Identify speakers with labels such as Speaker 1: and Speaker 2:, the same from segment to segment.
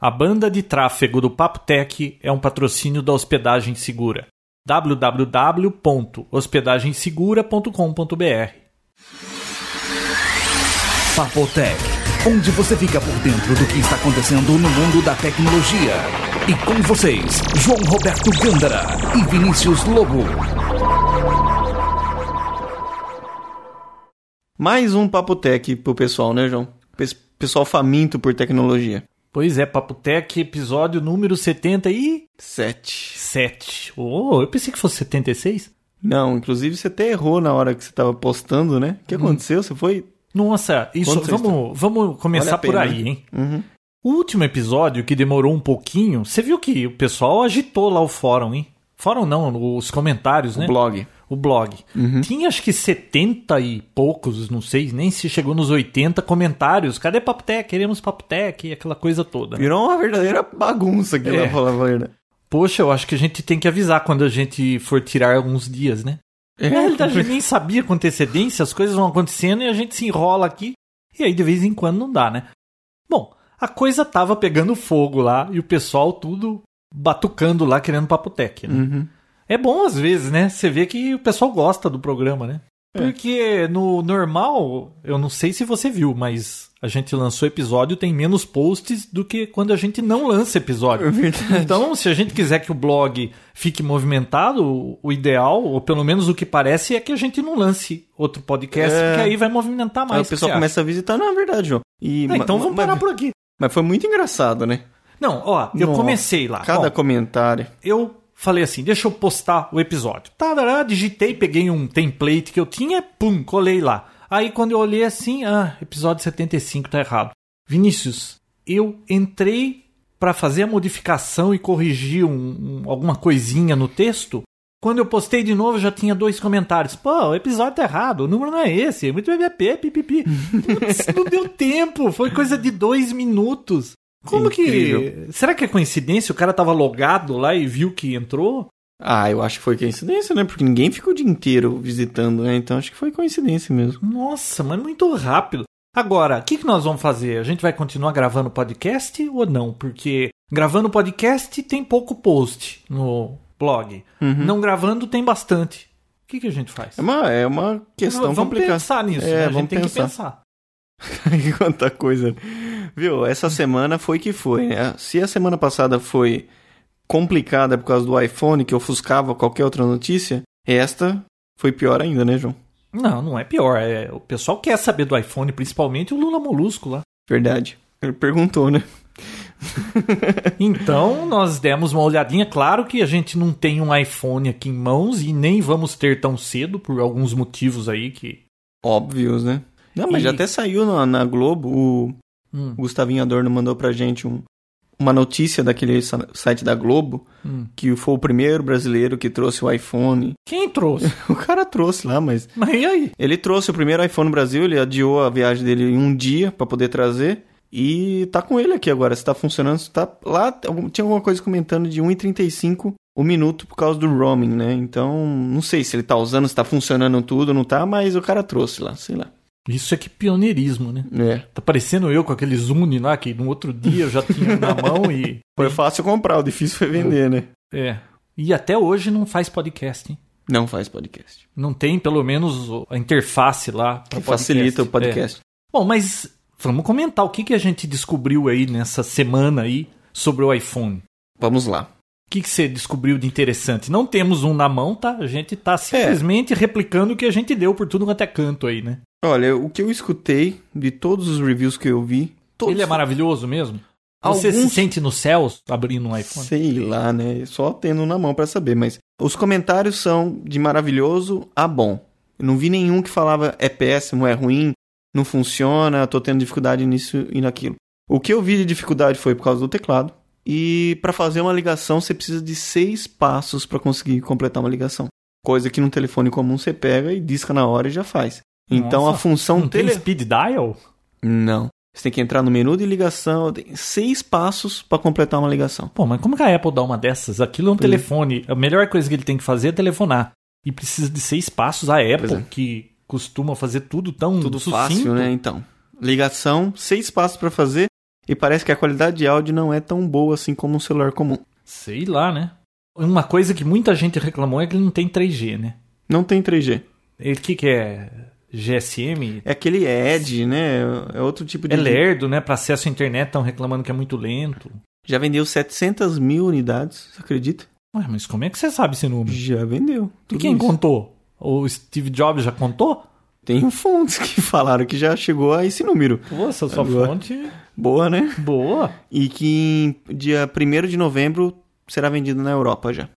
Speaker 1: A banda de tráfego do Papotec é um patrocínio da Hospedagem Segura. www.hospedagensegura.com.br
Speaker 2: Papotec, onde você fica por dentro do que está acontecendo no mundo da tecnologia. E com vocês, João Roberto Gândara e Vinícius Lobo.
Speaker 3: Mais um Papotec pro pessoal, né, João? Pes- Pessoal faminto por tecnologia.
Speaker 1: Pois é, Papotec, episódio número 77.
Speaker 3: Sete.
Speaker 1: Oh, eu pensei que fosse 76.
Speaker 3: Não, inclusive você até errou na hora que você tava postando, né? O que
Speaker 1: Uhum.
Speaker 3: aconteceu? Você foi.
Speaker 1: Nossa, isso,
Speaker 3: Quantos vocês
Speaker 1: vamos, vamos começar
Speaker 3: Vale a
Speaker 1: por
Speaker 3: pena,
Speaker 1: aí,
Speaker 3: né?
Speaker 1: hein?
Speaker 3: Uhum.
Speaker 1: O último episódio, que demorou um pouquinho, você viu que o pessoal agitou lá o fórum, hein? Fórum não, os comentários, né?
Speaker 3: O blog.
Speaker 1: o blog. Tinha acho que 70 e poucos, não sei, nem se chegou nos 80 comentários. Cadê Papotec? Queremos Papotec e aquela coisa toda. né?
Speaker 3: Virou uma verdadeira bagunça aqui,
Speaker 1: Tá. É.
Speaker 3: na palavra verdade.
Speaker 1: Poxa, eu acho que a gente tem que avisar quando a gente for tirar alguns dias, né?
Speaker 3: É,
Speaker 1: Na realidade, a gente nem sabia com antecedência, as coisas vão acontecendo e a gente se enrola aqui. E aí, de vez em quando, não dá, né? Bom, a coisa tava pegando fogo lá e o pessoal tudo batucando lá, querendo papotec. Né?
Speaker 3: Uhum.
Speaker 1: É bom às vezes, né? Você vê que o pessoal gosta do programa, né?
Speaker 3: É.
Speaker 1: Porque no normal, eu não sei se você viu, mas a gente lançou episódio, tem menos posts do que quando a gente não lança
Speaker 3: É
Speaker 1: episódio.
Speaker 3: verdade.
Speaker 1: Então, se a gente quiser que o blog fique movimentado, o- o ideal, ou pelo menos o que parece, é que a gente não lance outro podcast,
Speaker 3: É.
Speaker 1: porque aí vai movimentar mais.
Speaker 3: Aí o pessoal
Speaker 1: que você
Speaker 3: começa a visitar. Não, é verdade, João. E,
Speaker 1: acha? Ah,
Speaker 3: ma-
Speaker 1: então
Speaker 3: ma-
Speaker 1: vamos parar
Speaker 3: mas,
Speaker 1: por aqui.
Speaker 3: mas foi muito engraçado, né?
Speaker 1: Não, ó, eu
Speaker 3: Nossa,
Speaker 1: comecei lá.
Speaker 3: Cada
Speaker 1: Ó,
Speaker 3: comentário.
Speaker 1: eu falei assim, deixa eu postar o episódio. Tarará, digitei, peguei um template que eu tinha, pum, colei lá. Aí quando eu olhei assim, ah, episódio 75 tá errado. Vinícius, eu entrei pra fazer a modificação e corrigir um- um- alguma coisinha no texto. Quando eu postei de novo, já tinha dois comentários. Pô, o episódio tá errado, o número não é esse. Muito BBP, pipipi. Putz, não deu tempo, foi coisa de dois minutos. Como que.
Speaker 3: Incrível.
Speaker 1: Será que é coincidência? O cara tava logado lá e viu que entrou?
Speaker 3: Ah, eu acho que foi coincidência, né? Porque ninguém fica o dia inteiro visitando, né? Então acho que foi coincidência mesmo.
Speaker 1: Nossa, mas muito rápido. Agora, o que, que nós vamos fazer? A gente vai continuar gravando podcast ou não? Porque gravando podcast tem pouco post no blog. Não gravando tem bastante. O que, que a gente faz?
Speaker 3: Uhum. É uma, é uma questão
Speaker 1: vamos
Speaker 3: complicada.
Speaker 1: pensar nisso,
Speaker 3: É,
Speaker 1: né? A gente
Speaker 3: vamos
Speaker 1: tem que
Speaker 3: pensar.
Speaker 1: pensar.
Speaker 3: Quanta coisa. Viu? Essa semana foi que foi. né? Se a semana passada foi complicada por causa do iPhone, que ofuscava qualquer outra notícia, esta foi pior ainda, né, João?
Speaker 1: Não, não é pior. É, o pessoal quer saber do iPhone, principalmente o Lula Molusco lá.
Speaker 3: Verdade. Ele perguntou, né?
Speaker 1: Então, nós demos uma olhadinha. Claro que a gente não tem um iPhone aqui em mãos e nem vamos ter tão cedo, por alguns motivos aí que.
Speaker 3: Óbvios, né? Não, mas
Speaker 1: E-
Speaker 3: já até saiu na, na Globo. O
Speaker 1: Hum,
Speaker 3: Gustavinho Adorno mandou pra gente um- uma notícia daquele sa- site da Globo
Speaker 1: hum.
Speaker 3: que foi o primeiro brasileiro que trouxe o iPhone.
Speaker 1: Quem trouxe?
Speaker 3: O cara trouxe lá, mas
Speaker 1: Mas e aí?
Speaker 3: Ele trouxe o primeiro iPhone no Brasil, ele adiou a viagem dele em um dia pra poder trazer. E tá com ele aqui agora, se tá funcionando, se tá lá. algum- Tinha alguma coisa comentando de 1,35 o minuto por causa do roaming, né? Então, não sei se ele tá usando, se tá funcionando tudo, não tá, mas o cara trouxe lá, sei lá.
Speaker 1: Isso é que pioneirismo, né?
Speaker 3: É.
Speaker 1: Tá parecendo eu com aquele Zune lá que no outro dia eu já tinha na mão e.
Speaker 3: Foi fácil comprar, o difícil foi vender, né?
Speaker 1: É. E até hoje não faz podcast, hein?
Speaker 3: Não faz podcast.
Speaker 1: Não tem pelo menos o- a interface lá pra
Speaker 3: Que facilita o
Speaker 1: É.
Speaker 3: podcast.
Speaker 1: Bom, mas vamos comentar o que, que a gente descobriu aí nessa semana aí sobre o iPhone.
Speaker 3: É. Vamos lá.
Speaker 1: O que, que você descobriu de interessante? Não temos um na mão, tá? A gente
Speaker 3: É.
Speaker 1: tá simplesmente replicando o que a gente deu por tudo quanto é canto aí, né?
Speaker 3: Olha, o que eu escutei de todos os reviews que eu vi. Todos
Speaker 1: Ele é maravilhoso mesmo? Você se
Speaker 3: Alguns-
Speaker 1: sente nos céus abrindo um iPhone?
Speaker 3: Sei lá, né? Só tendo na mão pra saber, mas os comentários são de maravilhoso a bom. Eu não vi nenhum que falava é péssimo, é ruim, não funciona, tô tendo dificuldade nisso e naquilo. O que eu vi de dificuldade foi por causa do teclado. E pra fazer uma ligação você precisa de seis passos pra conseguir completar uma ligação. Coisa que num telefone comum você pega e disca na hora e já faz. Então
Speaker 1: Nossa,
Speaker 3: a função
Speaker 1: Não tem
Speaker 3: tele...
Speaker 1: speed dial?
Speaker 3: Não. Você tem que entrar no menu de ligação, tem seis passos pra completar uma ligação.
Speaker 1: Pô, mas como que a Apple dá uma dessas? Aquilo é um
Speaker 3: Pois é.
Speaker 1: telefone. A melhor coisa que ele tem que fazer é telefonar. E precisa de seis passos. A Apple,
Speaker 3: é.
Speaker 1: que costuma fazer tudo tão
Speaker 3: tudo né?
Speaker 1: sucinto,
Speaker 3: fácil, né? Então, ligação, seis passos pra fazer. E parece que a qualidade de áudio não é tão boa assim como um celular comum.
Speaker 1: Sei lá, né? Uma coisa que muita gente reclamou é que ele não tem 3G, né?
Speaker 3: Não tem 3G.
Speaker 1: Ele que que é GSM?
Speaker 3: É aquele Edge, né? É outro tipo de.
Speaker 1: É lerdo, né? Para acesso à internet estão reclamando que é muito lento.
Speaker 3: Já vendeu 700 mil unidades, você acredita?
Speaker 1: Ué, mas como é que você sabe esse número?
Speaker 3: Já vendeu.
Speaker 1: E
Speaker 3: tudo
Speaker 1: quem
Speaker 3: isso.
Speaker 1: contou? O Steve Jobs já contou?
Speaker 3: Tem fontes que falaram que já chegou a esse número.
Speaker 1: Nossa, sua
Speaker 3: Agora-
Speaker 1: fonte
Speaker 3: Boa, né?
Speaker 1: boa.
Speaker 3: E que em dia 1 de novembro será vendido na Europa já.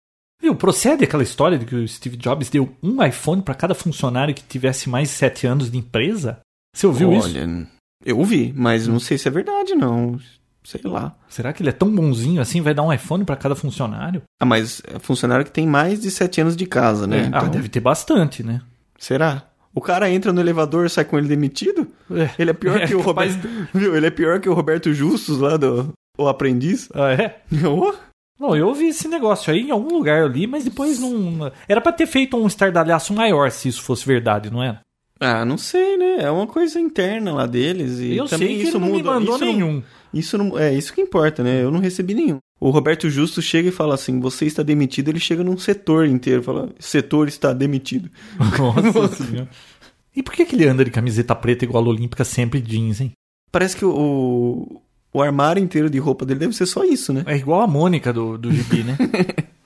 Speaker 1: Viu, procede aquela história de que o Steve Jobs deu um iPhone para cada funcionário que tivesse mais de 7 anos de empresa? Você ouviu isso?
Speaker 3: Olha, eu ouvi, mas não sei se é verdade, não. Sei lá.
Speaker 1: Será que ele é tão bonzinho assim, vai dar um iPhone para cada funcionário?
Speaker 3: Ah, mas é funcionário que tem mais de 7 anos de casa,
Speaker 1: É,
Speaker 3: né?
Speaker 1: Ah,
Speaker 3: Então,
Speaker 1: deve ter bastante, né?
Speaker 3: Será? O cara entra no elevador e sai com ele demitido?
Speaker 1: É.
Speaker 3: Ele é pior
Speaker 1: É
Speaker 3: que o
Speaker 1: capaz
Speaker 3: Roberto. Viu? Ele é pior que o Roberto Justus lá do O Aprendiz. Oh.
Speaker 1: Ah, é?
Speaker 3: Ô,
Speaker 1: Não, eu ouvi esse negócio aí em algum lugar eu li, mas depois não. Era pra ter feito um estardalhaço maior se isso fosse verdade, não é? era?
Speaker 3: Ah, não sei, né? É uma coisa interna lá deles e
Speaker 1: eu
Speaker 3: também
Speaker 1: sei que
Speaker 3: isso
Speaker 1: ele não me
Speaker 3: muda.
Speaker 1: mandou
Speaker 3: isso não-
Speaker 1: nenhum.
Speaker 3: isso não é isso que importa, né? Eu não recebi nenhum. O Roberto Justo chega e fala assim: "Você está demitido". Ele chega num setor inteiro, fala: "Setor está demitido".
Speaker 1: Nossa senhora. E por que, que ele anda de camiseta preta igual a Olímpica sempre e jeans, hein?
Speaker 3: Parece que o o armário inteiro de roupa dele deve ser só isso, né?
Speaker 1: É igual a Mônica do, do Gibi, né?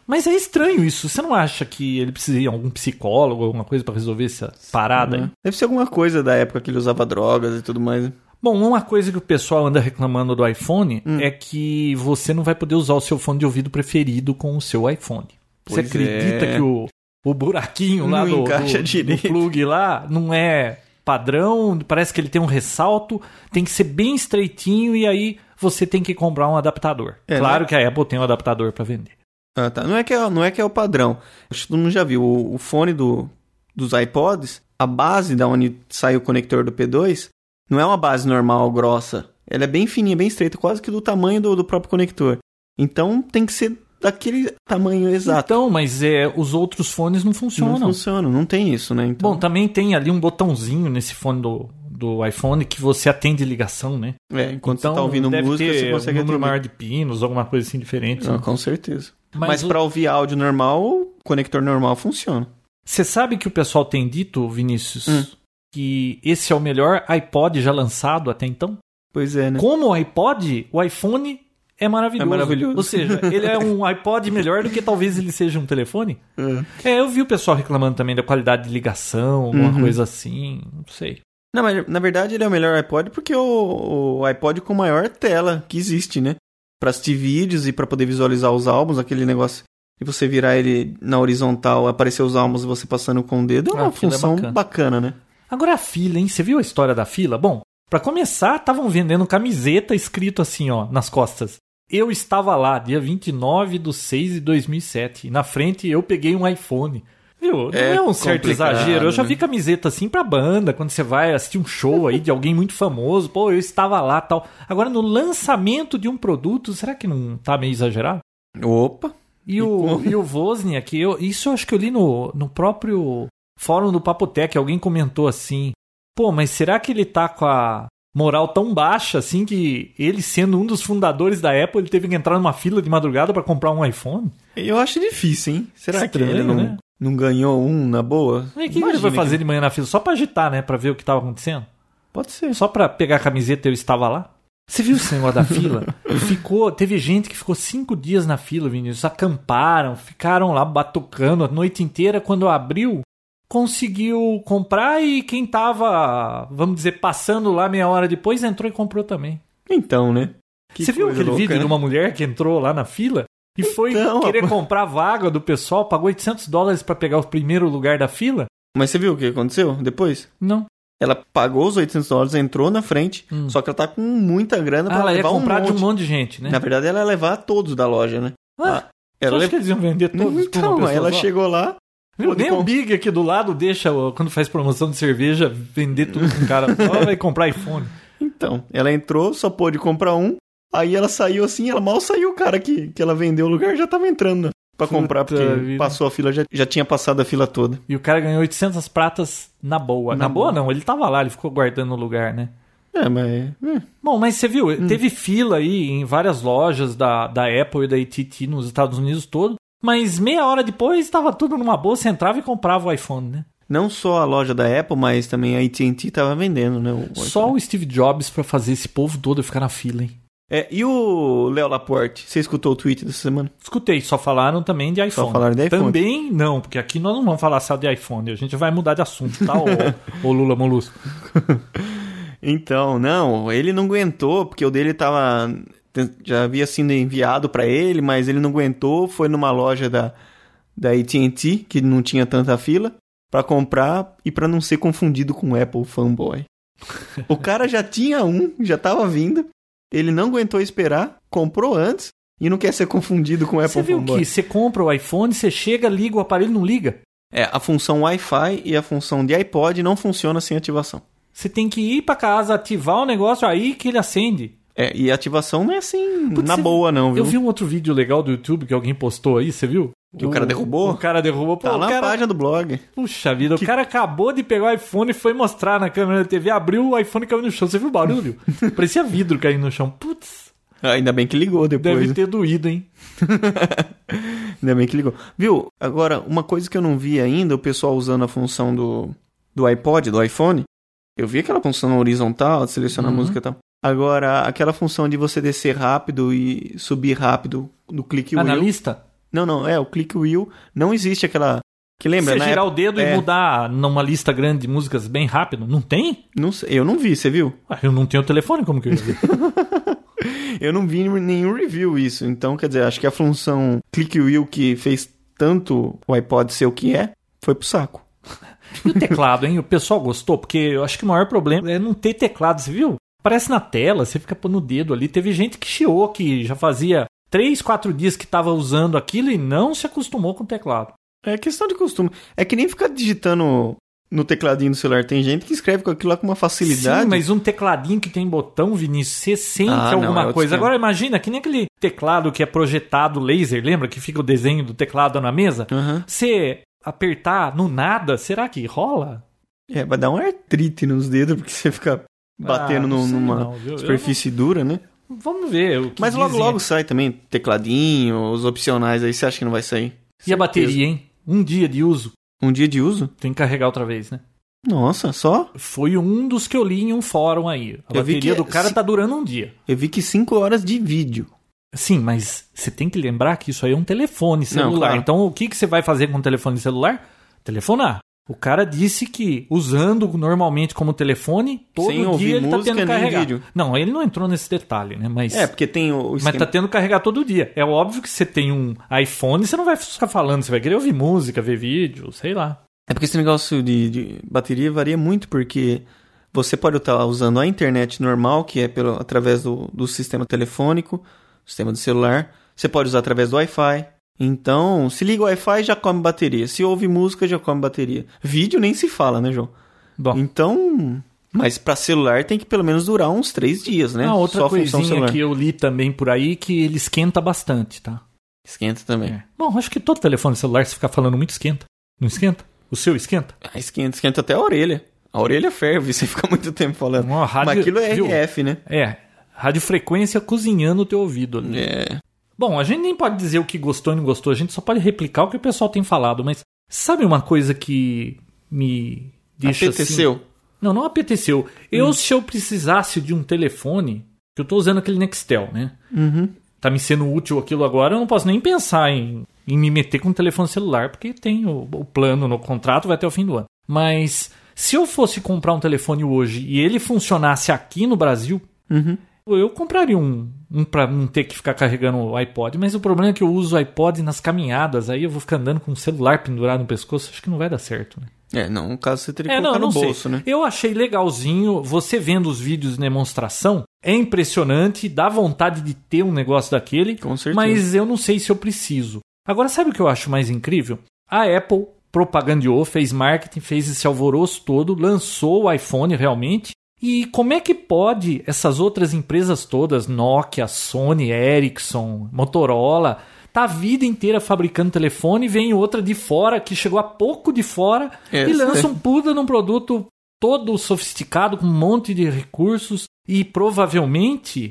Speaker 1: Mas é estranho isso. Você não acha que ele precisa ir a algum psicólogo, alguma coisa pra resolver essa parada? aí?
Speaker 3: Deve ser alguma coisa da época que ele usava drogas e tudo mais.
Speaker 1: Bom, uma coisa que o pessoal anda reclamando do iPhone
Speaker 3: Hum.
Speaker 1: é que você não vai poder usar o seu fone de ouvido preferido com o seu iPhone. você
Speaker 3: Pois
Speaker 1: acredita
Speaker 3: é.
Speaker 1: que o, o buraquinho lá
Speaker 3: Não
Speaker 1: do,
Speaker 3: encaixa
Speaker 1: do, do
Speaker 3: direito.
Speaker 1: plug lá não é padrão, parece que ele tem um ressalto, tem que ser bem estreitinho e aí você tem que comprar um adaptador.
Speaker 3: É,
Speaker 1: claro
Speaker 3: né?
Speaker 1: que a Apple tem um adaptador pra vender.
Speaker 3: Ah, tá. Não é que é, não é, que é o padrão. Acho que todo mundo já viu. O, o fone do, dos iPods, a base da onde sai o conector do P2, não é uma base normal, grossa. Ela é bem fininha, bem estreita, quase que do tamanho do, do próprio conector. Então tem que ser daquele tamanho exato.
Speaker 1: Então, mas é, os outros fones não funcionam.
Speaker 3: não Então, funciona, não tem isso, né? Então,
Speaker 1: Bom, também tem ali um botãozinho nesse fone do, do iPhone que você atende ligação, né?
Speaker 3: é, enquanto
Speaker 1: então,
Speaker 3: você tá ouvindo
Speaker 1: deve
Speaker 3: música,
Speaker 1: ter
Speaker 3: você consegue
Speaker 1: um número
Speaker 3: atender.
Speaker 1: maior de pinos, alguma coisa assim diferente.
Speaker 3: Ah, com certeza.
Speaker 1: Mas
Speaker 3: Mas,
Speaker 1: o-
Speaker 3: pra ouvir áudio normal, o conector normal funciona.
Speaker 1: Você sabe que o pessoal tem dito, Vinícius,
Speaker 3: Hum.
Speaker 1: que esse é o melhor iPod já lançado até então?
Speaker 3: Pois é, né?
Speaker 1: Como o iPod, o iPhone é maravilhoso.
Speaker 3: É maravilhoso.
Speaker 1: Ou seja, ele é um iPod melhor do que talvez ele seja um telefone.
Speaker 3: É.
Speaker 1: É, eu vi o pessoal reclamando também da qualidade de ligação, alguma
Speaker 3: Uhum.
Speaker 1: coisa assim, não sei.
Speaker 3: Não, mas na verdade ele é o melhor iPod porque o, o iPod com maior tela que existe, né? Pra assistir vídeos e pra poder visualizar os álbuns, aquele negócio de você virar ele na horizontal, aparecer os álbuns e você passando com o dedo, é uma
Speaker 1: Ah, aquilo é
Speaker 3: função
Speaker 1: bacana.
Speaker 3: bacana. né?
Speaker 1: Agora a fila, hein? Você viu a história da fila? Bom, pra começar, estavam vendendo camiseta escrito assim, ó, nas costas. Eu estava lá, dia 29 de 6 de 2007. E na frente eu peguei um iPhone. Viu? Não é,
Speaker 3: É
Speaker 1: um certo
Speaker 3: complicado,
Speaker 1: exagero. Eu já
Speaker 3: né?
Speaker 1: vi camiseta assim pra banda, quando você vai assistir um show aí de alguém muito famoso. Pô, eu estava lá tal. Agora, no lançamento de um produto, será que não tá meio exagerado?
Speaker 3: Opa!
Speaker 1: E,
Speaker 3: E
Speaker 1: o,
Speaker 3: como?
Speaker 1: e o Wozniak, eu, isso eu acho que eu li no, no próprio fórum do Papotec, alguém comentou assim, pô, mas será que ele tá com a moral tão baixa assim que ele sendo um dos fundadores da Apple, ele teve que entrar numa fila de madrugada pra comprar um iPhone?
Speaker 3: Eu acho difícil, hein? Será
Speaker 1: Estranho,
Speaker 3: que ele não,
Speaker 1: né?
Speaker 3: não ganhou um na
Speaker 1: E o
Speaker 3: boa?
Speaker 1: que, que ele
Speaker 3: Imagina
Speaker 1: vai fazer de manhã na fila? Só pra agitar, né, Pra ver o que tava acontecendo?
Speaker 3: Pode ser.
Speaker 1: Só pra pegar a camiseta eu estava lá? Você viu esse negócio da fila? Ficou, teve gente que ficou cinco dias na fila, Vinícius. Acamparam, ficaram lá batucando a noite inteira. Quando abriu, conseguiu comprar e quem tava, vamos dizer, passando lá meia hora depois entrou e comprou também.
Speaker 3: Então, né? Que
Speaker 1: Você viu
Speaker 3: coisa
Speaker 1: aquele
Speaker 3: louca,
Speaker 1: vídeo
Speaker 3: né?
Speaker 1: de uma mulher que entrou lá na fila e foi
Speaker 3: Então,
Speaker 1: querer
Speaker 3: rapaz.
Speaker 1: comprar a vaga do pessoal, pagou 800 dólares pra pegar o primeiro lugar da fila?
Speaker 3: Mas você viu o que aconteceu depois?
Speaker 1: Não.
Speaker 3: Ela pagou os 800 dólares, entrou na frente,
Speaker 1: Hum.
Speaker 3: só que ela tá com muita grana pra
Speaker 1: Ah, ela ia
Speaker 3: levar um
Speaker 1: comprar
Speaker 3: monte.
Speaker 1: de um monte de gente, né?
Speaker 3: Na verdade, ela ia levar todos da loja, né?
Speaker 1: Ah,
Speaker 3: Ela
Speaker 1: você acha
Speaker 3: leva-
Speaker 1: que eles iam vender todos? pra uma
Speaker 3: Então,
Speaker 1: pessoa
Speaker 3: ela
Speaker 1: só?
Speaker 3: chegou lá.
Speaker 1: Viu?
Speaker 3: Pode
Speaker 1: Nem o
Speaker 3: com-
Speaker 1: Big aqui do lado deixa, ó, quando faz promoção de cerveja, vender tudo pro cara. Só vai comprar iPhone.
Speaker 3: Então, ela entrou, só pôde comprar um. Aí ela saiu assim, ela mal saiu, o cara que, que ela vendeu o lugar já tava entrando pra
Speaker 1: Puta
Speaker 3: comprar, porque
Speaker 1: vida.
Speaker 3: passou a fila, já, já tinha passado a fila toda.
Speaker 1: E o cara ganhou 800 pratas na boa. Na,
Speaker 3: Na
Speaker 1: boa,
Speaker 3: boa.
Speaker 1: não, ele tava lá, ele ficou guardando o lugar, né?
Speaker 3: É, mas. é.
Speaker 1: Bom, mas você viu, teve fila aí em várias lojas da, da Apple e da AT&T nos Estados Unidos todo, mas meia hora depois estava tudo numa boa, você entrava e comprava o iPhone, né?
Speaker 3: Não só a loja da Apple, mas também a AT&T tava vendendo, né? o-
Speaker 1: Só um o Steve Jobs pra fazer esse povo todo ficar na fila, hein?
Speaker 3: É, e o Léo Laporte? Você escutou o tweet dessa semana?
Speaker 1: Escutei, só falaram também de iPhone.
Speaker 3: falaram de iPhone.
Speaker 1: Também não, porque aqui nós não vamos falar só de iPhone, a gente vai mudar de assunto, tá, ô, ô Lula Molusco?
Speaker 3: Então, não, ele não aguentou, porque o dele tava. Já havia sido enviado pra ele, mas ele não aguentou. Foi numa loja da, da ATT, que não tinha tanta fila, pra comprar e pra não ser confundido com o Apple fanboy. o cara já tinha um, já tava vindo. Ele não aguentou esperar, comprou antes e não quer ser confundido com o Apple
Speaker 1: Você viu
Speaker 3: fanboy.
Speaker 1: que você compra o iPhone, você chega, liga, o aparelho não liga.
Speaker 3: É, a função Wi-Fi e a função de iPod não funciona sem ativação.
Speaker 1: Você tem que ir pra casa, ativar o negócio, aí que ele acende.
Speaker 3: É, e a ativação não é assim
Speaker 1: Putz,
Speaker 3: na
Speaker 1: você-
Speaker 3: boa, não, viu?
Speaker 1: Eu vi um outro vídeo legal do YouTube que alguém postou aí, você viu?
Speaker 3: Que o cara derrubou?
Speaker 1: O cara derrubou. Pô,
Speaker 3: Tá
Speaker 1: o
Speaker 3: lá
Speaker 1: cara...
Speaker 3: na página do blog.
Speaker 1: Puxa vida, o cara acabou de pegar o iPhone e foi mostrar na câmera da TV, abriu o iPhone e caiu no chão. Você viu o barulho? Parecia vidro caindo no chão. Putz,
Speaker 3: Ah, Ainda bem que ligou depois.
Speaker 1: deve
Speaker 3: né?
Speaker 1: ter doído, hein?
Speaker 3: Ainda bem que ligou. Viu? Agora, uma coisa que eu não vi ainda, o pessoal usando a função do, do iPod, do iPhone. Eu vi aquela função horizontal, de selecionar
Speaker 1: Uhum.
Speaker 3: música e tal. Agora, aquela função de você descer rápido e subir rápido do click wheel.
Speaker 1: Analista?
Speaker 3: Não, não, é, o click wheel não existe aquela. Que lembra,
Speaker 1: Você
Speaker 3: na
Speaker 1: girar
Speaker 3: época-
Speaker 1: o dedo
Speaker 3: é.
Speaker 1: e mudar numa lista grande de músicas bem rápido? Não tem?
Speaker 3: não sei, eu não vi, você viu?
Speaker 1: Ué, Eu não tenho telefone, como que eu ia ver?
Speaker 3: Eu não vi nenhum review isso. Então, quer dizer, acho que a função click wheel que fez tanto o iPod ser o que é, foi pro saco.
Speaker 1: E o teclado, hein? O pessoal gostou? Porque eu acho que o maior problema é não ter teclado, você viu? Parece na tela, você fica pondo o dedo ali. Teve gente que chiou que já fazia 3, 4 dias que estava usando aquilo e não se acostumou com o teclado.
Speaker 3: É questão de costume. É que nem ficar digitando no tecladinho do celular. Tem gente que escreve com aquilo lá com uma facilidade.
Speaker 1: Sim, mas um tecladinho que tem botão, Vinícius, você sente
Speaker 3: Ah, não,
Speaker 1: alguma
Speaker 3: é outro
Speaker 1: coisa.
Speaker 3: esquema.
Speaker 1: Agora imagina que nem aquele teclado que é projetado laser, lembra que fica o desenho do teclado na mesa?
Speaker 3: Aham.
Speaker 1: Você apertar no nada, será que rola?
Speaker 3: É, vai dar uma artrite nos dedos, porque você fica batendo
Speaker 1: Ah, não
Speaker 3: no-
Speaker 1: sei
Speaker 3: numa
Speaker 1: não, viu? Eu
Speaker 3: superfície dura, né?
Speaker 1: não- Vamos ver o que
Speaker 3: Mas logo,
Speaker 1: dizem
Speaker 3: logo sai também tecladinho, os opcionais aí. Você acha que não vai sair?
Speaker 1: E a bateria, hein? Um dia de uso.
Speaker 3: Um dia de uso?
Speaker 1: Tem que carregar outra vez, né?
Speaker 3: Nossa, só?
Speaker 1: Foi um dos que eu li em um fórum aí. A
Speaker 3: Eu vi
Speaker 1: bateria
Speaker 3: que- é
Speaker 1: do cara
Speaker 3: se-
Speaker 1: tá durando um dia.
Speaker 3: Eu vi que 5 horas de vídeo.
Speaker 1: Sim, mas você tem que lembrar que isso aí é um telefone celular.
Speaker 3: claro.
Speaker 1: Então, o que, que você vai fazer com um telefone celular? Telefonar. O cara disse que, usando normalmente como telefone, todo
Speaker 3: Sem ouvir
Speaker 1: dia ele tá
Speaker 3: música,
Speaker 1: tendo que
Speaker 3: nem
Speaker 1: carregar.
Speaker 3: vídeo.
Speaker 1: Não, ele não entrou nesse detalhe, né? Mas,
Speaker 3: É, porque tem o o
Speaker 1: mas
Speaker 3: esquema.
Speaker 1: tá tendo que carregar todo dia. É óbvio que você tem um iPhone, você não vai ficar falando, você vai querer ouvir música, ver vídeo, sei lá.
Speaker 3: É porque esse negócio de, de bateria varia muito, porque você pode estar usando a internet normal, que é pelo, através do, do sistema telefônico, sistema do celular. Você pode usar através do Wi-Fi. Então, se liga o Wi-Fi, já come bateria. Se ouve música, já come bateria. Vídeo nem se fala, né, João?
Speaker 1: Bom.
Speaker 3: Então, mas para celular tem que pelo menos durar uns três dias, né?
Speaker 1: Ah, outra
Speaker 3: Só a função
Speaker 1: coisinha
Speaker 3: celular.
Speaker 1: que eu li também por aí que ele esquenta bastante, tá? É.
Speaker 3: Esquenta também.
Speaker 1: Bom, acho que todo telefone celular, se ficar falando muito, esquenta. Não esquenta? O seu esquenta?
Speaker 3: Ah, esquenta, esquenta até a orelha. A orelha ferve, você fica muito tempo falando.
Speaker 1: Uma rádio-
Speaker 3: Mas aquilo é
Speaker 1: viu?
Speaker 3: RF, né?
Speaker 1: É. Radiofrequência cozinhando o teu ouvido. ali.
Speaker 3: É.
Speaker 1: Bom, a gente nem pode dizer o que gostou e não gostou, a gente só pode replicar o que o pessoal tem falado, mas sabe uma coisa que me deixa assim...
Speaker 3: Apeteceu.
Speaker 1: Não, não apeteceu. Eu, se eu precisasse de um telefone, que eu tô usando aquele Nextel, né?
Speaker 3: Uhum.
Speaker 1: tá me sendo útil aquilo agora, eu não posso nem pensar em, em me meter com o telefone celular, porque tem o, o plano no contrato, vai até o fim do ano. Mas se eu fosse comprar um telefone hoje e ele funcionasse aqui no Brasil,
Speaker 3: Uhum.
Speaker 1: eu compraria um, um para não ter que ficar carregando o iPod. Mas o problema é que eu uso o iPod nas caminhadas, aí eu vou ficar andando com o celular pendurado no pescoço, acho que não vai dar certo, né?
Speaker 3: É, não, no caso você teria que
Speaker 1: É, não,
Speaker 3: colocar
Speaker 1: não
Speaker 3: no
Speaker 1: sei.
Speaker 3: bolso, né?
Speaker 1: Eu achei legalzinho, você vendo os vídeos de demonstração, é impressionante, dá vontade de ter um negócio daquele,
Speaker 3: Com certeza.
Speaker 1: mas eu não sei se eu preciso. Agora, sabe o que eu acho mais incrível? A Apple propagandeou, fez marketing, fez esse alvoroço todo, lançou o iPhone realmente. E como é que pode essas outras empresas todas, Nokia, Sony, Ericsson, Motorola, tá a vida inteira fabricando telefone, vem outra de fora que chegou há pouco de fora
Speaker 3: É,
Speaker 1: e lança
Speaker 3: sim.
Speaker 1: um puta num produto todo sofisticado, com um monte de recursos, e provavelmente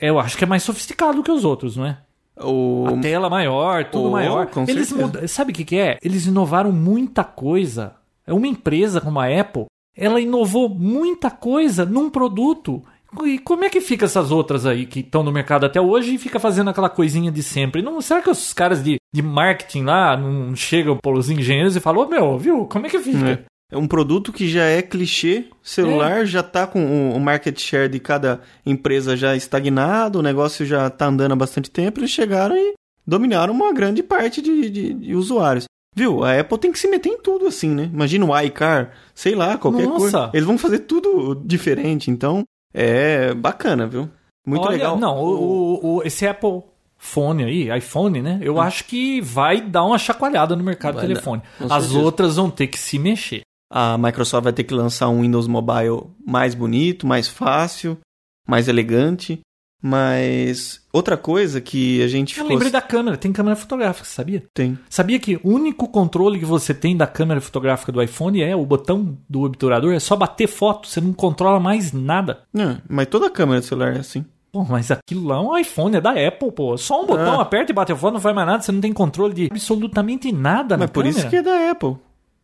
Speaker 1: eu acho que é mais sofisticado que os outros, não é?
Speaker 3: O...
Speaker 1: A tela maior, tudo
Speaker 3: Oh,
Speaker 1: maior.
Speaker 3: com
Speaker 1: Eles
Speaker 3: certeza.
Speaker 1: muda- Sabe o que, que é? Eles inovaram muita coisa. É uma empresa como a Apple, ela inovou muita coisa num produto. E como é que fica essas outras aí que estão no mercado até hoje e fica fazendo aquela coisinha de sempre? Não, será que os caras de, de marketing lá não chegam pelos engenheiros e falam, ô meu, viu? Como é É. que fica?
Speaker 3: É. É um produto que já é clichê celular, já tá com o- o market share de cada empresa já estagnado, o negócio já tá andando há bastante tempo, eles chegaram e dominaram uma grande parte de, de- de usuários. Viu? A Apple tem que se meter em tudo assim, né? Imagina o iCar, sei lá, qualquer
Speaker 1: Nossa!
Speaker 3: coisa. Eles vão fazer tudo diferente, então é bacana, viu? Muito
Speaker 1: Olha,
Speaker 3: legal.
Speaker 1: Não, o, o- o- esse Apple Phone aí, iPhone, né? Eu acho que vai dar uma chacoalhada no mercado
Speaker 3: Hum. Vai
Speaker 1: do telefone.
Speaker 3: dar, com
Speaker 1: As
Speaker 3: certeza.
Speaker 1: outras vão ter que se mexer.
Speaker 3: A Microsoft vai ter que lançar um Windows Mobile mais bonito, mais fácil, mais elegante. Mas outra coisa que a gente
Speaker 1: Eu
Speaker 3: ficou...
Speaker 1: lembrei da câmera, tem câmera fotográfica, sabia?
Speaker 3: Tem.
Speaker 1: Sabia que o único controle que você tem da câmera fotográfica do iPhone é o botão do obturador, é só bater foto, você não controla mais nada.
Speaker 3: Não, mas toda câmera de celular é assim.
Speaker 1: Pô, mas aquilo lá é um iPhone, é da Apple, pô. Só um botão,
Speaker 3: Ah.
Speaker 1: aperta e bate foto, não faz mais nada, você não tem controle de absolutamente nada na
Speaker 3: mas por isso que
Speaker 1: câmera.
Speaker 3: é da Apple.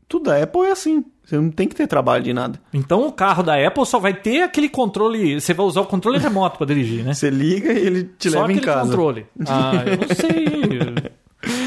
Speaker 3: Tudo da Apple é assim. Você não tem que ter trabalho de nada.
Speaker 1: Então o carro da Apple só vai ter aquele controle, você vai usar o controle remoto pra dirigir, né?
Speaker 3: Você liga e ele te
Speaker 1: Só
Speaker 3: leva em
Speaker 1: aquele
Speaker 3: casa.
Speaker 1: controle. Ah, eu não sei.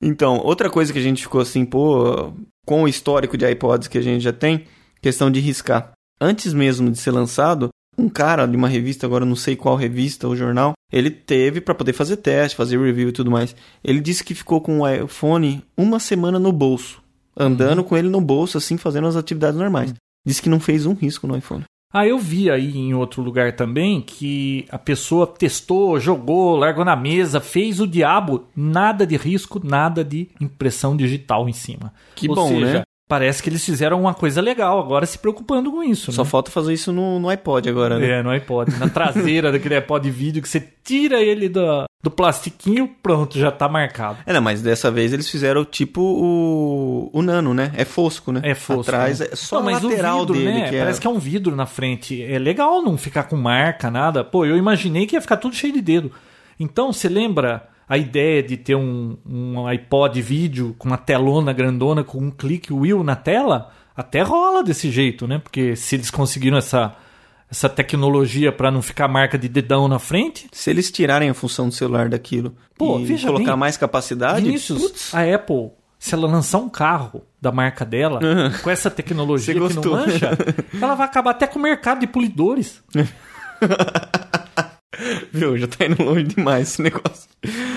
Speaker 3: Então, outra coisa que a gente ficou assim, pô, com o histórico de iPods que a gente já tem, questão de riscar. Antes mesmo de ser lançado, um cara de uma revista, agora eu não sei qual revista ou jornal, ele teve pra poder fazer teste, fazer review e tudo mais. Ele disse que ficou com o iPhone uma semana no bolso, andando com ele no bolso, assim, fazendo as atividades normais. Disse que não fez um risco no iPhone.
Speaker 1: Ah, eu vi aí em outro lugar também que a pessoa testou, jogou, largou na mesa, fez o diabo, nada de risco, nada de impressão digital em cima.
Speaker 3: Que
Speaker 1: Ou
Speaker 3: bom,
Speaker 1: seja,
Speaker 3: né?
Speaker 1: Parece que eles fizeram uma coisa legal, agora se preocupando com isso,
Speaker 3: Só
Speaker 1: né?
Speaker 3: falta fazer isso no, no iPod agora, né?
Speaker 1: É, no iPod, na traseira daquele iPod vídeo que você tira ele da- do plastiquinho, pronto, já tá marcado.
Speaker 3: É, não, mas dessa vez eles fizeram tipo o, o Nano, né? É fosco, né?
Speaker 1: É fosco.
Speaker 3: Atrás
Speaker 1: né?
Speaker 3: é só
Speaker 1: Não,
Speaker 3: a
Speaker 1: o
Speaker 3: lateral
Speaker 1: vidro,
Speaker 3: dele
Speaker 1: né?
Speaker 3: que é...
Speaker 1: Parece que é um vidro na frente. É legal não ficar com marca, nada. Pô, eu imaginei que ia ficar tudo cheio de dedo. Então, você lembra a ideia de ter um, um iPod vídeo com uma telona grandona com um clique wheel na tela? Até rola desse jeito, né? Porque se eles conseguiram essa, essa tecnologia para não ficar marca de dedão na frente,
Speaker 3: Se eles tirarem a função do celular daquilo
Speaker 1: um- Pô,
Speaker 3: e
Speaker 1: veja
Speaker 3: colocar
Speaker 1: bem.
Speaker 3: mais capacidade,
Speaker 1: Vinícius,
Speaker 3: putz,
Speaker 1: a Apple, se ela lançar um carro da marca dela, com essa tecnologia
Speaker 3: Você
Speaker 1: que não
Speaker 3: gostou.
Speaker 1: mancha, ela vai acabar até com o mercado de polidores.
Speaker 3: viu, já tá indo longe demais esse negócio.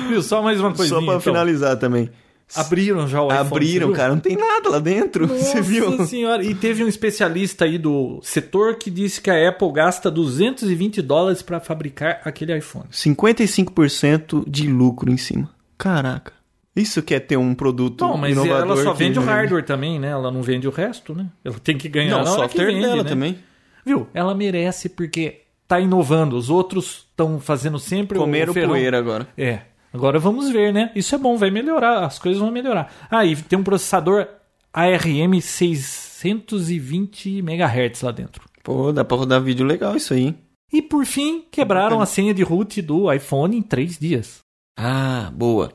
Speaker 1: Viu? Só mais uma coisinha.
Speaker 3: Só pra
Speaker 1: então.
Speaker 3: finalizar também.
Speaker 1: Abriram já o iPhone.
Speaker 3: Abriram,
Speaker 1: você viu?
Speaker 3: cara, não tem nada lá dentro. você viu?
Speaker 1: Nossa senhora. E teve um especialista aí do setor que disse que a Apple gasta 220 dólares para fabricar aquele iPhone.
Speaker 3: 55% de lucro em cima. Caraca. Isso que é ter um produto
Speaker 1: Não, mas
Speaker 3: inovador.
Speaker 1: ela só
Speaker 3: que-
Speaker 1: vende o hardware também, né? Ela não vende o resto, né? Ela tem que ganhar
Speaker 3: Não, o
Speaker 1: na hora que
Speaker 3: software
Speaker 1: vende,
Speaker 3: dela
Speaker 1: né?
Speaker 3: também.
Speaker 1: Viu? Ela merece porque tá inovando. Os outros estão fazendo sempre
Speaker 3: Comeram
Speaker 1: o ferrão.
Speaker 3: poeira agora.
Speaker 1: É. Agora vamos ver, né? Isso é bom, vai melhorar, as coisas vão melhorar. Ah, e tem um processador ARM 620 MHz lá dentro.
Speaker 3: Pô, dá pra rodar vídeo legal isso aí, hein?
Speaker 1: E por fim, quebraram a senha de root do iPhone em três dias.
Speaker 3: Ah, boa.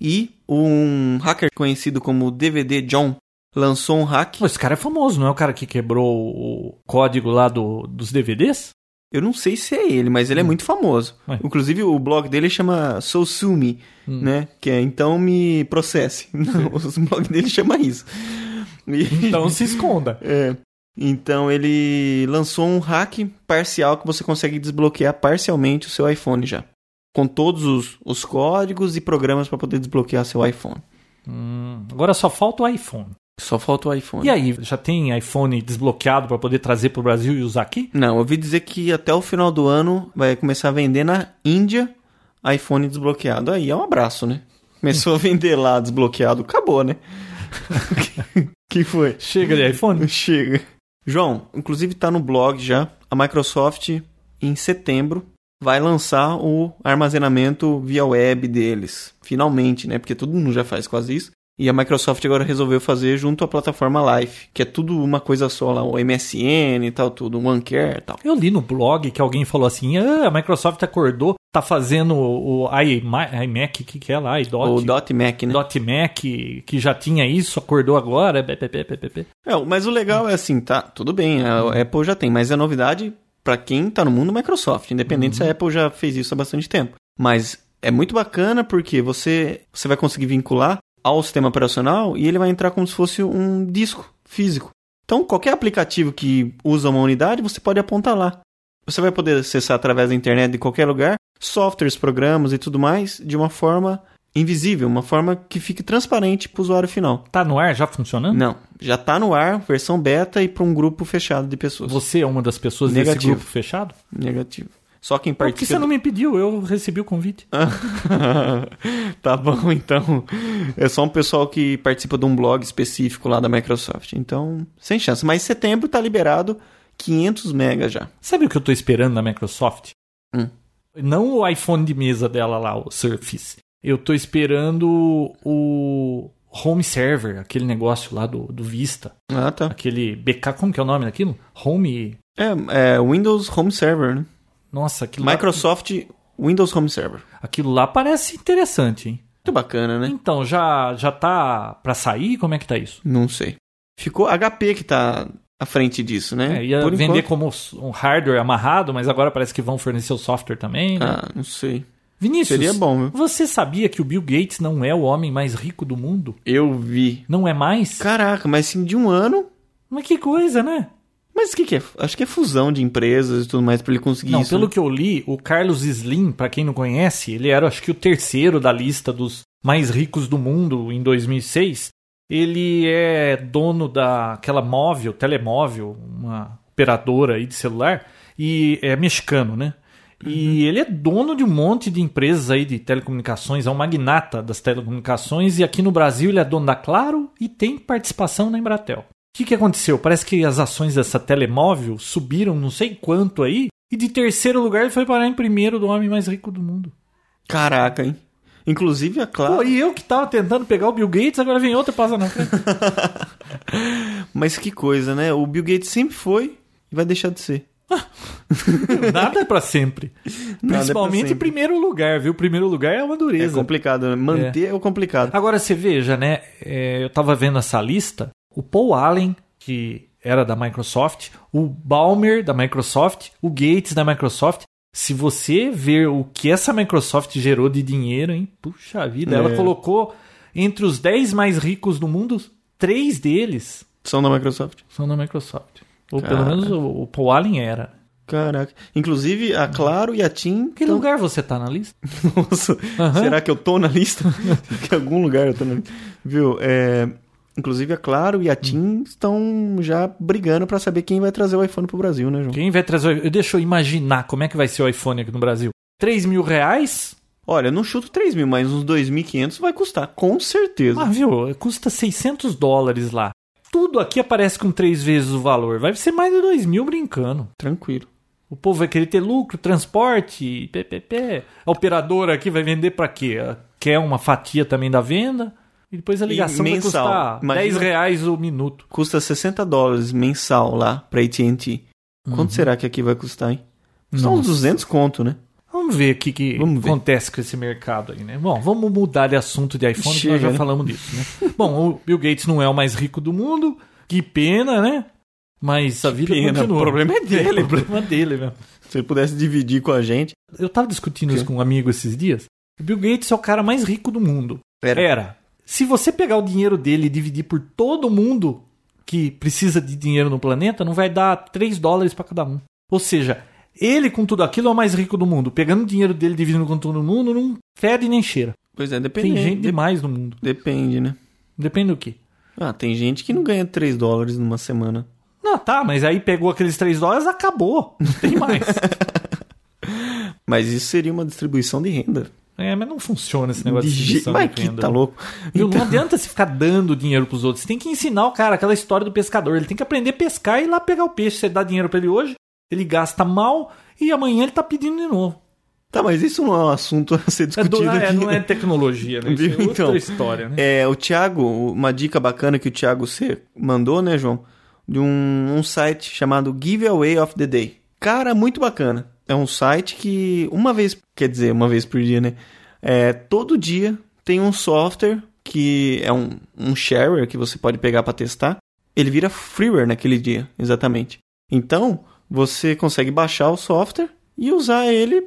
Speaker 3: E um hacker conhecido como DVD John lançou um hack.
Speaker 1: Pô, esse cara é famoso, não é o cara que quebrou o código lá do, dos DVDs?
Speaker 3: Eu não sei se é ele, mas ele é muito famoso.
Speaker 1: Ué.
Speaker 3: Inclusive o blog dele chama So Sue Me,
Speaker 1: Hum.
Speaker 3: né? Que é então me processe. Não, o blog dele chama isso. E-
Speaker 1: Então se esconda.
Speaker 3: É. Então ele lançou um hack parcial que você consegue desbloquear parcialmente o seu iPhone já. Com todos os, os códigos e programas para poder desbloquear seu iPhone.
Speaker 1: Hum, agora só falta o iPhone.
Speaker 3: Só falta o iPhone.
Speaker 1: E aí, já tem iPhone desbloqueado para poder trazer pro Brasil e usar aqui?
Speaker 3: Não, eu ouvi dizer que até o final do ano vai começar a vender na Índia iPhone desbloqueado. Aí é um abraço, né? Começou a vender lá desbloqueado, acabou, né? que foi?
Speaker 1: Chega de iPhone?
Speaker 3: Chega. João, inclusive tá no blog já. A Microsoft, em setembro, vai lançar o armazenamento via web deles. Finalmente, né? Porque todo mundo já faz quase isso. E a Microsoft agora resolveu fazer junto à plataforma Live, que é tudo uma coisa só lá, o MSN e tal, tudo, o OneCare e tal.
Speaker 1: Eu li no blog que alguém falou assim: ah, a Microsoft acordou, tá fazendo o i- Ma- iMac, o que, que é lá? iDot,
Speaker 3: o Dot Mac, né?
Speaker 1: Dot Mac, que já tinha isso, acordou agora. bé, bé, bé, bé, bé, bé.
Speaker 3: É, mas o legal é assim, tá, tudo bem, a Apple já tem, mas é novidade pra quem tá no mundo Microsoft, independente se a Apple já fez isso há bastante tempo. Mas é muito bacana porque você, você vai conseguir vincular ao sistema operacional e ele vai entrar como se fosse um disco físico. Então, qualquer aplicativo que usa uma unidade, você pode apontar lá. Você vai poder acessar através da internet de qualquer lugar, softwares, programas e tudo mais, de uma forma invisível, uma forma que fique transparente para o usuário final.
Speaker 1: Tá no ar já funcionando?
Speaker 3: Não, já tá no ar, versão beta e para um grupo fechado de pessoas.
Speaker 1: Você é uma das pessoas desse
Speaker 3: Negativo.
Speaker 1: grupo fechado?
Speaker 3: Negativo. Só quem
Speaker 1: Por que você
Speaker 3: participa.
Speaker 1: não me pediu? Eu recebi o convite.
Speaker 3: tá bom, então. É só um pessoal que participa de um blog específico lá da Microsoft. Então, sem chance. Mas setembro tá liberado 500 mega já.
Speaker 1: Sabe o que eu tô esperando da Microsoft?
Speaker 3: Hum.
Speaker 1: Não o iPhone de mesa dela lá, o Surface. Eu tô esperando o Home Server, aquele negócio lá do, do Vista.
Speaker 3: Ah, tá.
Speaker 1: Aquele BK, como que é o nome daquilo? Home.
Speaker 3: É, é Windows Home Server, né?
Speaker 1: Nossa, aquilo,
Speaker 3: Microsoft Windows Home Server.
Speaker 1: lá, aquilo lá parece interessante, hein?
Speaker 3: Muito bacana, né?
Speaker 1: Então, já, já tá pra sair? Como é que tá isso?
Speaker 3: Não sei. Ficou HP que tá à frente disso, né?
Speaker 1: É, ia
Speaker 3: Por
Speaker 1: vender
Speaker 3: enquanto-
Speaker 1: como um hardware amarrado, mas agora parece que vão fornecer o software também. Né?
Speaker 3: Ah, não sei.
Speaker 1: Vinícius,
Speaker 3: Seria bom, né? viu?
Speaker 1: você sabia que o Bill Gates não é o homem mais rico do mundo?
Speaker 3: Eu vi
Speaker 1: Não é mais?
Speaker 3: Caraca, mas sim de um ano.
Speaker 1: Mas que coisa, né?
Speaker 3: Mas o que, que é? Acho que é fusão de empresas e tudo mais pra ele conseguir
Speaker 1: não,
Speaker 3: isso.
Speaker 1: pelo
Speaker 3: né?
Speaker 1: que eu li, o Carlos Slim, pra quem não conhece, ele era acho que o terceiro da lista dos mais ricos do mundo em 2006. Ele é dono daquela móvel, telemóvel, uma operadora aí de celular, e é mexicano, né?
Speaker 3: Uhum.
Speaker 1: E ele é dono de um monte de empresas aí de telecomunicações, é um magnata das telecomunicações, e aqui no Brasil ele é dono da Claro e tem participação na Embratel. O que, que aconteceu? Parece que as ações dessa telemóvel subiram não sei quanto aí, e de terceiro lugar ele foi parar em primeiro do homem mais rico do mundo.
Speaker 3: Caraca, hein? Inclusive, é claro.
Speaker 1: Pô, e eu que tava tentando pegar o Bill Gates, agora vem outro e passa na frente.
Speaker 3: Mas que coisa, né? O Bill Gates sempre foi e vai deixar de ser.
Speaker 1: Nada é pra sempre.
Speaker 3: pra
Speaker 1: Principalmente
Speaker 3: sempre.
Speaker 1: em primeiro lugar, viu? Primeiro lugar é uma
Speaker 3: É
Speaker 1: dureza.
Speaker 3: complicado, né? Manter é, o complicado.
Speaker 1: Agora você veja, né? é, eu tava vendo essa lista. O Paul Allen, que era da Microsoft, o Balmer da Microsoft, o Gates da Microsoft. Se você ver o que essa Microsoft gerou de dinheiro, hein? Puxa vida, ela
Speaker 3: É.
Speaker 1: colocou entre os 10 mais ricos do mundo, três deles
Speaker 3: São da Microsoft.
Speaker 1: são da Microsoft. Ou pelo
Speaker 3: Cara.
Speaker 1: menos o, o Paul Allen era.
Speaker 3: Caraca. Inclusive, a Claro e a Tim.
Speaker 1: Que
Speaker 3: tão-
Speaker 1: lugar você tá na lista?
Speaker 3: Então Nossa,
Speaker 1: Aham.
Speaker 3: será que eu tô na lista? que em algum lugar eu tô na lista. Viu? É, Inclusive, a Claro e a Tim estão já brigando pra saber quem vai trazer o iPhone pro Brasil, né, João?
Speaker 1: Quem vai trazer o iPhone? Deixa eu imaginar como é que vai ser o iPhone aqui no Brasil. 3 mil reais?
Speaker 3: Olha, não chuto 3 mil, mas uns 2.500 vai custar, com certeza.
Speaker 1: Ah, viu? Custa 600 dólares lá. Tudo aqui aparece com três vezes o valor. Vai ser mais de 2 mil brincando.
Speaker 3: Tranquilo.
Speaker 1: O povo vai querer ter lucro, transporte, PPP. A operadora aqui vai vender pra quê? Ela Quer uma fatia também da venda? E depois a
Speaker 3: E
Speaker 1: ligação vai
Speaker 3: mensal.
Speaker 1: custar
Speaker 3: Imagina-
Speaker 1: 10 reais o minuto.
Speaker 3: Custa 60 dólares mensal lá pra AT&T. Quanto será que aqui vai custar, hein? Custa uns
Speaker 1: Uhum. Nossa.
Speaker 3: 200 conto, né?
Speaker 1: Vamos ver o que, que
Speaker 3: Vamos ver.
Speaker 1: acontece com esse mercado aí, né? Bom, vamos mudar de assunto de iPhone, que
Speaker 3: Chega,
Speaker 1: nós já
Speaker 3: né?
Speaker 1: falamos disso, né? Bom, o Bill Gates não é o mais rico do mundo, que pena, né? Mas a vida
Speaker 3: pena,
Speaker 1: continua.
Speaker 3: o problema é dele.
Speaker 1: o problema é dele mesmo.
Speaker 3: Se ele pudesse dividir com a gente...
Speaker 1: Eu tava discutindo isso com um amigo esses dias. O Bill Gates é o cara mais rico do mundo.
Speaker 3: Era.
Speaker 1: Se você pegar o dinheiro dele e dividir por todo mundo que precisa de dinheiro no planeta, não vai dar 3 dólares pra cada um. Ou seja, ele com tudo aquilo é o mais rico do mundo. Pegando o dinheiro dele e dividindo com todo mundo, não fede nem cheira.
Speaker 3: Pois é, depende.
Speaker 1: Tem gente
Speaker 3: de-
Speaker 1: demais no mundo.
Speaker 3: Depende, né?
Speaker 1: Depende do quê?
Speaker 3: Ah, tem gente que não ganha 3 dólares numa semana.
Speaker 1: Não, tá, mas aí pegou aqueles 3 dólares, acabou. Não tem mais.
Speaker 3: Mas isso seria uma distribuição de renda.
Speaker 1: é, mas não funciona esse negócio de,
Speaker 3: De
Speaker 1: distribuição
Speaker 3: jeito- Mas
Speaker 1: de
Speaker 3: que
Speaker 1: renda. né?
Speaker 3: tá louco.
Speaker 1: Viu? Não adianta você ficar dando dinheiro pros outros. Você tem que ensinar o cara aquela história do pescador. Ele tem que aprender a pescar e ir lá pegar o peixe. Você dá dinheiro pra ele hoje, ele gasta mal e amanhã ele tá pedindo de novo.
Speaker 3: Tá, mas isso não é um assunto a ser
Speaker 1: É do-
Speaker 3: discutido
Speaker 1: é,
Speaker 3: aqui.
Speaker 1: não é tecnologia, né? Isso é
Speaker 3: Viu,
Speaker 1: outra
Speaker 3: então?
Speaker 1: história, né?
Speaker 3: É, o Thiago, uma dica bacana que o Thiago C mandou, né, João? De um, um site chamado Giveaway of the Day. Cara, muito bacana. É um site que uma vez, quer dizer, uma vez por dia, né? É, todo dia tem um software que é um, um shareware que você pode pegar para testar. Ele vira freeware naquele dia, exatamente. Então, você consegue baixar o software e usar ele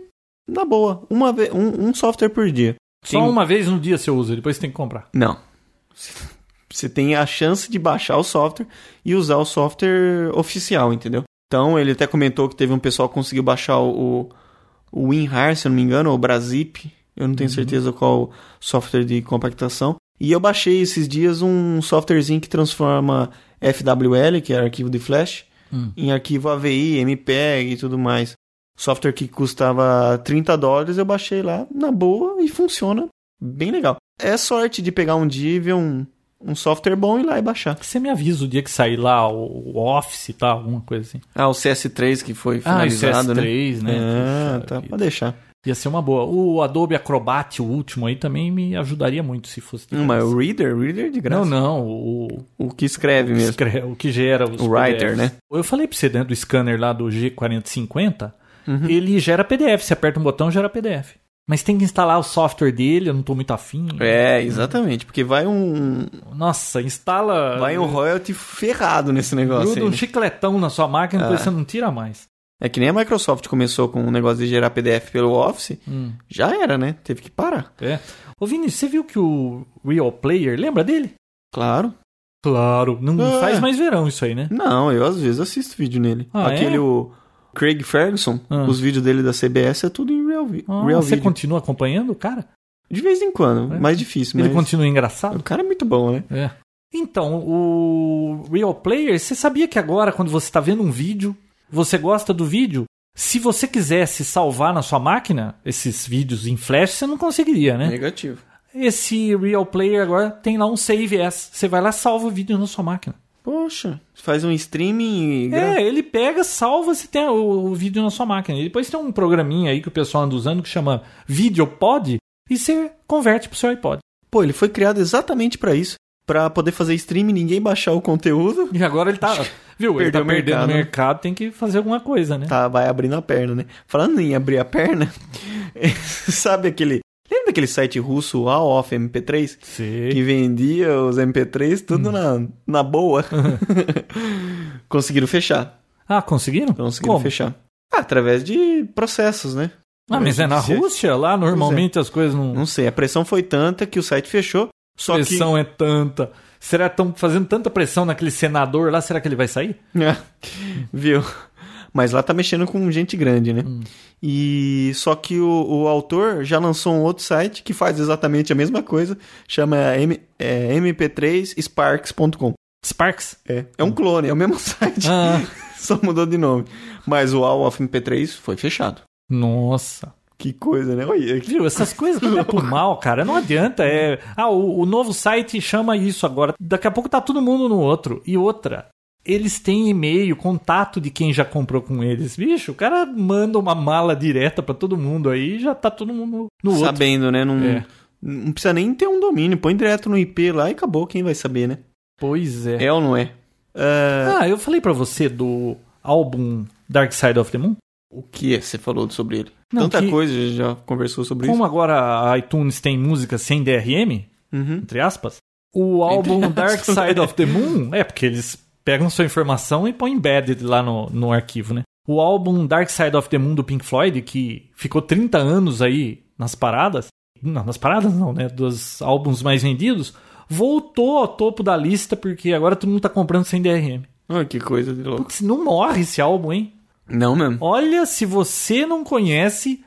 Speaker 3: na boa. Uma, ve- um, um software por dia.
Speaker 1: Só
Speaker 3: É, tem-
Speaker 1: uma vez no dia você usa, depois tem que comprar.
Speaker 3: Não. Você tem a chance de baixar o software e usar o software oficial, entendeu? Então, ele até comentou que teve um pessoal que conseguiu baixar o, o WinRAR, se eu não me engano, ou o Brasip. Eu não tenho certeza qual software de compactação. E eu baixei esses dias um softwarezinho que transforma FWL, que é arquivo de flash,
Speaker 1: Hum.
Speaker 3: em arquivo AVI, MPEG e tudo mais. Software que custava 30 dólares, eu baixei lá na boa e funciona bem legal. É sorte de pegar um dia e ver um, um software bom e ir lá e baixar.
Speaker 1: Você me avisa o dia que sair lá o o Office e tal, alguma coisa assim.
Speaker 3: Ah, o CS3 que foi
Speaker 1: Ah,
Speaker 3: finalizado, né?
Speaker 1: CS3, né?
Speaker 3: Ah,
Speaker 1: Puxa
Speaker 3: tá.
Speaker 1: vida.
Speaker 3: Pode deixar.
Speaker 1: Ia ser uma boa. O Adobe Acrobat, o último aí, também me ajudaria muito se fosse. de
Speaker 3: Hum, mas
Speaker 1: graça.
Speaker 3: o Reader, Reader de graça.
Speaker 1: Não, não. O,
Speaker 3: O que escreve mesmo.
Speaker 1: escre- o que gera os
Speaker 3: O writer,
Speaker 1: PDFs.
Speaker 3: né?
Speaker 1: Eu falei pra você, né, do scanner lá do G4050,
Speaker 3: Uhum.
Speaker 1: ele gera PDF. Você aperta um botão, gera PDF. Mas tem que instalar o software dele, eu não tô muito afim.
Speaker 3: É, exatamente, porque vai um
Speaker 1: Nossa, instala...
Speaker 3: vai um royalty ferrado nesse negócio.
Speaker 1: Gruda
Speaker 3: aí,
Speaker 1: um
Speaker 3: né?
Speaker 1: chicletão na sua máquina, depois
Speaker 3: Ah.
Speaker 1: você não tira mais.
Speaker 3: É que nem a Microsoft começou com o negócio de gerar PDF pelo Office,
Speaker 1: Hum.
Speaker 3: já era, né? Teve que parar.
Speaker 1: É. Ô Vinícius, você viu que o Real Player, lembra dele?
Speaker 3: Claro.
Speaker 1: Claro. Não
Speaker 3: É.
Speaker 1: faz mais verão isso aí, né?
Speaker 3: Não, eu às vezes assisto vídeo nele.
Speaker 1: Ah,
Speaker 3: Aquele
Speaker 1: é?
Speaker 3: o Craig Ferguson,
Speaker 1: Ah.
Speaker 3: os vídeos dele da CBS é tudo em real, vi
Speaker 1: Ah,
Speaker 3: real
Speaker 1: você
Speaker 3: vídeo.
Speaker 1: continua acompanhando o cara?
Speaker 3: De vez em quando,
Speaker 1: É.
Speaker 3: mais difícil,
Speaker 1: Ele
Speaker 3: mas
Speaker 1: continua engraçado?
Speaker 3: o cara é muito bom, né?
Speaker 1: É. Então, o Real Player, você sabia que agora, quando você está vendo um vídeo, você gosta do vídeo? Se você quisesse salvar na sua máquina esses vídeos em flash, você não conseguiria, né?
Speaker 3: Negativo.
Speaker 1: Esse Real Player agora tem lá um save as. Você vai lá e salva o vídeo na sua máquina.
Speaker 3: Poxa, faz um streaming e gra-
Speaker 1: É, ele pega, salva se tem o, o vídeo na sua máquina. E depois tem um programinha aí que o pessoal anda usando que chama Videopod e você converte pro seu iPod.
Speaker 3: Pô, ele foi criado exatamente pra isso, Pra poder fazer streaming, ninguém baixar o conteúdo.
Speaker 1: E agora ele tá, viu, ele
Speaker 3: Perdeu
Speaker 1: tá
Speaker 3: o
Speaker 1: perdendo o
Speaker 3: mercado.
Speaker 1: mercado, tem que fazer alguma coisa, né?
Speaker 3: Tá, vai abrindo a perna, né? Falando em abrir a perna, sabe aquele. Lembra daquele site russo, All Off MP3?
Speaker 1: Sei.
Speaker 3: Que vendia os MP3
Speaker 1: Hum.
Speaker 3: tudo na, na boa. Conseguiram fechar.
Speaker 1: Ah, conseguiram?
Speaker 3: Conseguiram
Speaker 1: Como?
Speaker 3: fechar. Ah, através de processos, né?
Speaker 1: Ah, mas é na
Speaker 3: Judiciais.
Speaker 1: Rússia? Lá normalmente as coisas não.
Speaker 3: Não sei, a pressão foi tanta que o site fechou.
Speaker 1: A
Speaker 3: Só
Speaker 1: pressão é tanta. Será que estão fazendo tanta pressão naquele senador lá? Será que ele vai sair?
Speaker 3: que. É, Viu? Mas lá tá mexendo com gente grande, né?
Speaker 1: Hum.
Speaker 3: E só que o, o autor já lançou um outro site que faz exatamente a mesma coisa, chama M, é, mp3sparks.com.
Speaker 1: Sparks?
Speaker 3: É, é um clone, é o mesmo site,
Speaker 1: Hum. Ah,
Speaker 3: só mudou de nome. Mas o All of MP3 foi fechado.
Speaker 1: nossa.
Speaker 3: Que coisa, né? Olha, que-
Speaker 1: Viu? Essas coisas quando é pro mal, cara, não adianta. É... Ah, o, o novo site chama isso agora. Daqui a pouco tá todo mundo no outro. E outra. Eles têm e-mail, contato de quem já comprou com eles. Bicho, o cara manda uma mala direta pra todo mundo aí e já tá todo mundo no outro.
Speaker 3: sabendo, né? Não,
Speaker 1: É.
Speaker 3: não precisa nem ter um domínio, põe direto no IP lá e acabou, quem vai saber, né?
Speaker 1: Pois é.
Speaker 3: É ou não é? Ah,
Speaker 1: Ah, eu falei pra você do álbum Dark Side of the Moon?
Speaker 3: o que é que você falou sobre ele?
Speaker 1: Não,
Speaker 3: Tanta
Speaker 1: que-
Speaker 3: coisa, já conversou sobre
Speaker 1: Como agora a iTunes tem música sem DRM,
Speaker 3: isso. Uhum.
Speaker 1: entre aspas, o álbum Dark Side of the Moon, é porque eles pegam sua informação e põem embedded lá no, no arquivo, né? O álbum Dark Side of the Moon do Pink Floyd, que ficou 30 anos aí nas paradas, não, nas paradas não, né? Dos álbuns mais vendidos, voltou ao topo da lista porque agora todo mundo tá comprando sem DRM.
Speaker 3: Olha Ah, que coisa de louco.
Speaker 1: Putz, não morre esse álbum, hein?
Speaker 3: Não mesmo.
Speaker 1: Olha, se você não conhece,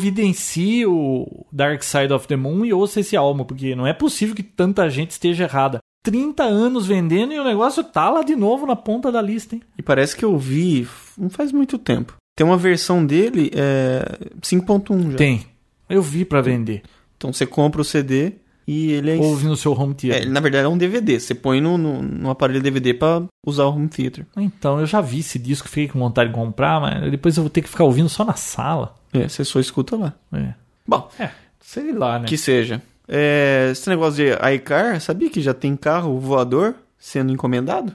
Speaker 1: providencie o Dark Side of the Moon e ouça esse álbum, porque não é possível que tanta gente esteja errada. 30 anos vendendo e o negócio tá lá de novo na ponta da lista, hein?
Speaker 3: E parece que eu vi f- não faz muito tempo. Tem uma versão dele é, 5.1 já.
Speaker 1: Tem. Eu vi pra vender.
Speaker 3: Então você compra o CD e ele é.
Speaker 1: Ouve no seu home
Speaker 3: é,
Speaker 1: theater.
Speaker 3: ele, na verdade é um DVD. Você põe no, no, no aparelho DVD pra usar o home theater.
Speaker 1: Então, eu já vi esse disco, fiquei com vontade de comprar, mas depois eu vou ter que ficar ouvindo só na sala.
Speaker 3: É, você só escuta lá.
Speaker 1: É.
Speaker 3: Bom,
Speaker 1: É, sei lá, né?
Speaker 3: que seja. É, esse negócio de iCar, sabia que já tem carro voador sendo encomendado?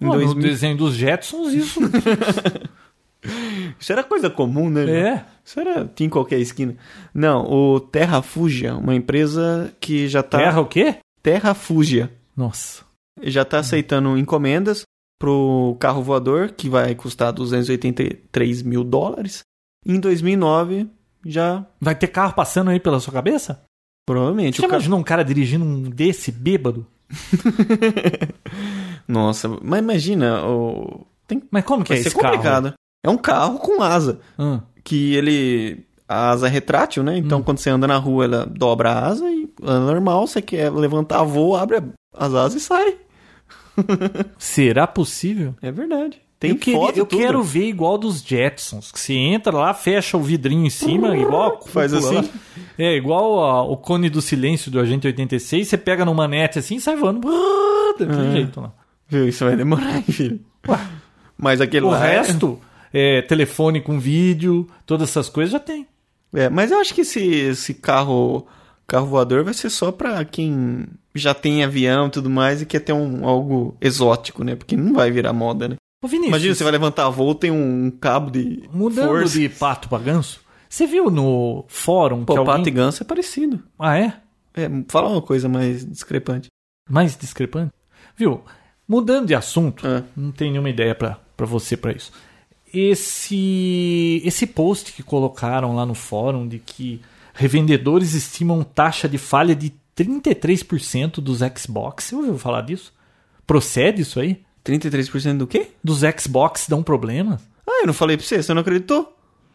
Speaker 3: Em
Speaker 1: Pô, No
Speaker 3: 2000.
Speaker 1: desenho dos Jetsons, isso
Speaker 3: Isso era coisa comum, né? irmão?
Speaker 1: é.
Speaker 3: Isso era, tinha em qualquer esquina. Não, o Terra Fugia, uma empresa que já tá...
Speaker 1: Terra o quê?
Speaker 3: Terra Fugia.
Speaker 1: Nossa.
Speaker 3: já está aceitando encomendas pro carro voador, que vai custar 283 mil dólares. Em 2009, já
Speaker 1: Vai ter carro passando aí pela sua cabeça?
Speaker 3: provavelmente.
Speaker 1: Você
Speaker 3: O carro...
Speaker 1: imagina um cara dirigindo um desse bêbado?
Speaker 3: Nossa, mas imagina, o... tem que
Speaker 1: Mas como que
Speaker 3: vai
Speaker 1: é
Speaker 3: ser
Speaker 1: esse carro?
Speaker 3: complicado. É um carro com asa,
Speaker 1: Hum.
Speaker 3: que ele. A asa é retrátil, né? Então quando você anda na rua, ela dobra a asa e anda normal. Você quer levantar a voo, abre as asas e sai.
Speaker 1: Será possível?
Speaker 3: É verdade. Tem
Speaker 1: eu queria-
Speaker 3: foto e
Speaker 1: eu
Speaker 3: tudo.
Speaker 1: quero ver igual dos Jetsons, que você entra lá, fecha o vidrinho em cima, igual a cúpula
Speaker 3: Faz assim.
Speaker 1: lá. É, igual a- o cone do silêncio do Agente 86, você pega numa net assim e sai voando. Brrr,
Speaker 3: É.
Speaker 1: Daquele jeito lá.
Speaker 3: Viu? Isso vai demorar, hein, filho. Mas aquele
Speaker 1: O
Speaker 3: lá é-
Speaker 1: resto, é, telefone com vídeo, todas essas coisas já tem.
Speaker 3: É, mas eu acho que esse, esse carro, carro voador vai ser só pra quem já tem avião e tudo mais e quer ter um, algo exótico, né? Porque não vai virar moda, né?
Speaker 1: Ô, Vinícius,
Speaker 3: Imagina, você vai levantar voo, tem um cabo de
Speaker 1: mudando
Speaker 3: força.
Speaker 1: de pato pra ganso, você viu no fórum
Speaker 3: Pô,
Speaker 1: que
Speaker 3: pato
Speaker 1: alguém...
Speaker 3: e ganso é parecido.
Speaker 1: Ah, é?
Speaker 3: É, fala uma coisa mais discrepante.
Speaker 1: Mais discrepante? Viu? Mudando de assunto,
Speaker 3: Ah.
Speaker 1: não tem nenhuma ideia pra pra você pra isso. Esse esse post que colocaram lá no fórum de que revendedores estimam taxa de falha de 33% dos Xbox. Você ouviu falar disso? Procede isso aí?
Speaker 3: 33% do quê?
Speaker 1: Dos Xbox dão problemas?
Speaker 3: Ah, eu não falei pra você, você não acreditou?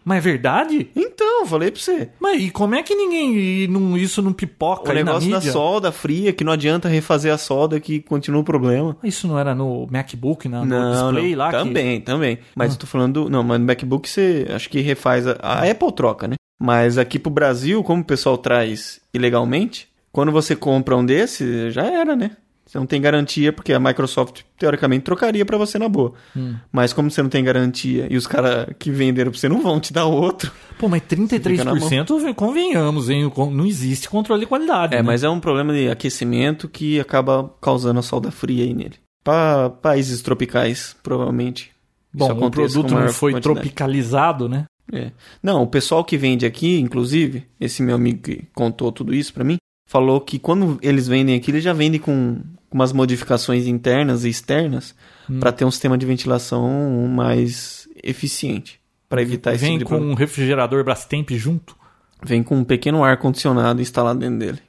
Speaker 1: Mas é verdade?
Speaker 3: Então, eu falei pra você.
Speaker 1: Mas e como é que ninguém. e não- isso não pipoca
Speaker 3: O
Speaker 1: aí
Speaker 3: negócio é
Speaker 1: na
Speaker 3: da
Speaker 1: mídia?
Speaker 3: solda fria, que não adianta refazer a solda que continua o problema.
Speaker 1: Isso não era no MacBook, na, Ah, no
Speaker 3: Não,
Speaker 1: display
Speaker 3: não.
Speaker 1: lá? que- Ah.
Speaker 3: também, também. Mas eu tô falando, do- não, mas no MacBook você acho que refaz a, a Apple troca, né? Mas aqui pro Brasil, como o pessoal traz ilegalmente, quando você compra um desse, já era, né? Você não tem garantia porque a Microsoft teoricamente trocaria pra você na boa.
Speaker 1: Hum.
Speaker 3: Mas como você não tem garantia e os caras que venderam pra você não vão te dar outro.
Speaker 1: Pô, mas 33% convenhamos, hein? Con- Não existe controle de qualidade.
Speaker 3: É,
Speaker 1: né?
Speaker 3: mas é um problema de aquecimento que acaba causando a solda fria aí nele. Pra países tropicais, provavelmente.
Speaker 1: Bom, o
Speaker 3: acontece com
Speaker 1: produto
Speaker 3: maior
Speaker 1: não foi
Speaker 3: quantidade.
Speaker 1: tropicalizado, né?
Speaker 3: É. Não, o pessoal que vende aqui, inclusive, esse meu amigo que contou tudo isso pra mim, falou que quando eles vendem aqui, eles já vendem com umas modificações internas e externas
Speaker 1: Hum.
Speaker 3: pra para ter um sistema de ventilação mais eficiente, Pra evitar esse
Speaker 1: Vem
Speaker 3: tipo de
Speaker 1: com
Speaker 3: problema.
Speaker 1: um refrigerador Brastemp junto.
Speaker 3: vem com um pequeno ar condicionado instalado dentro dele.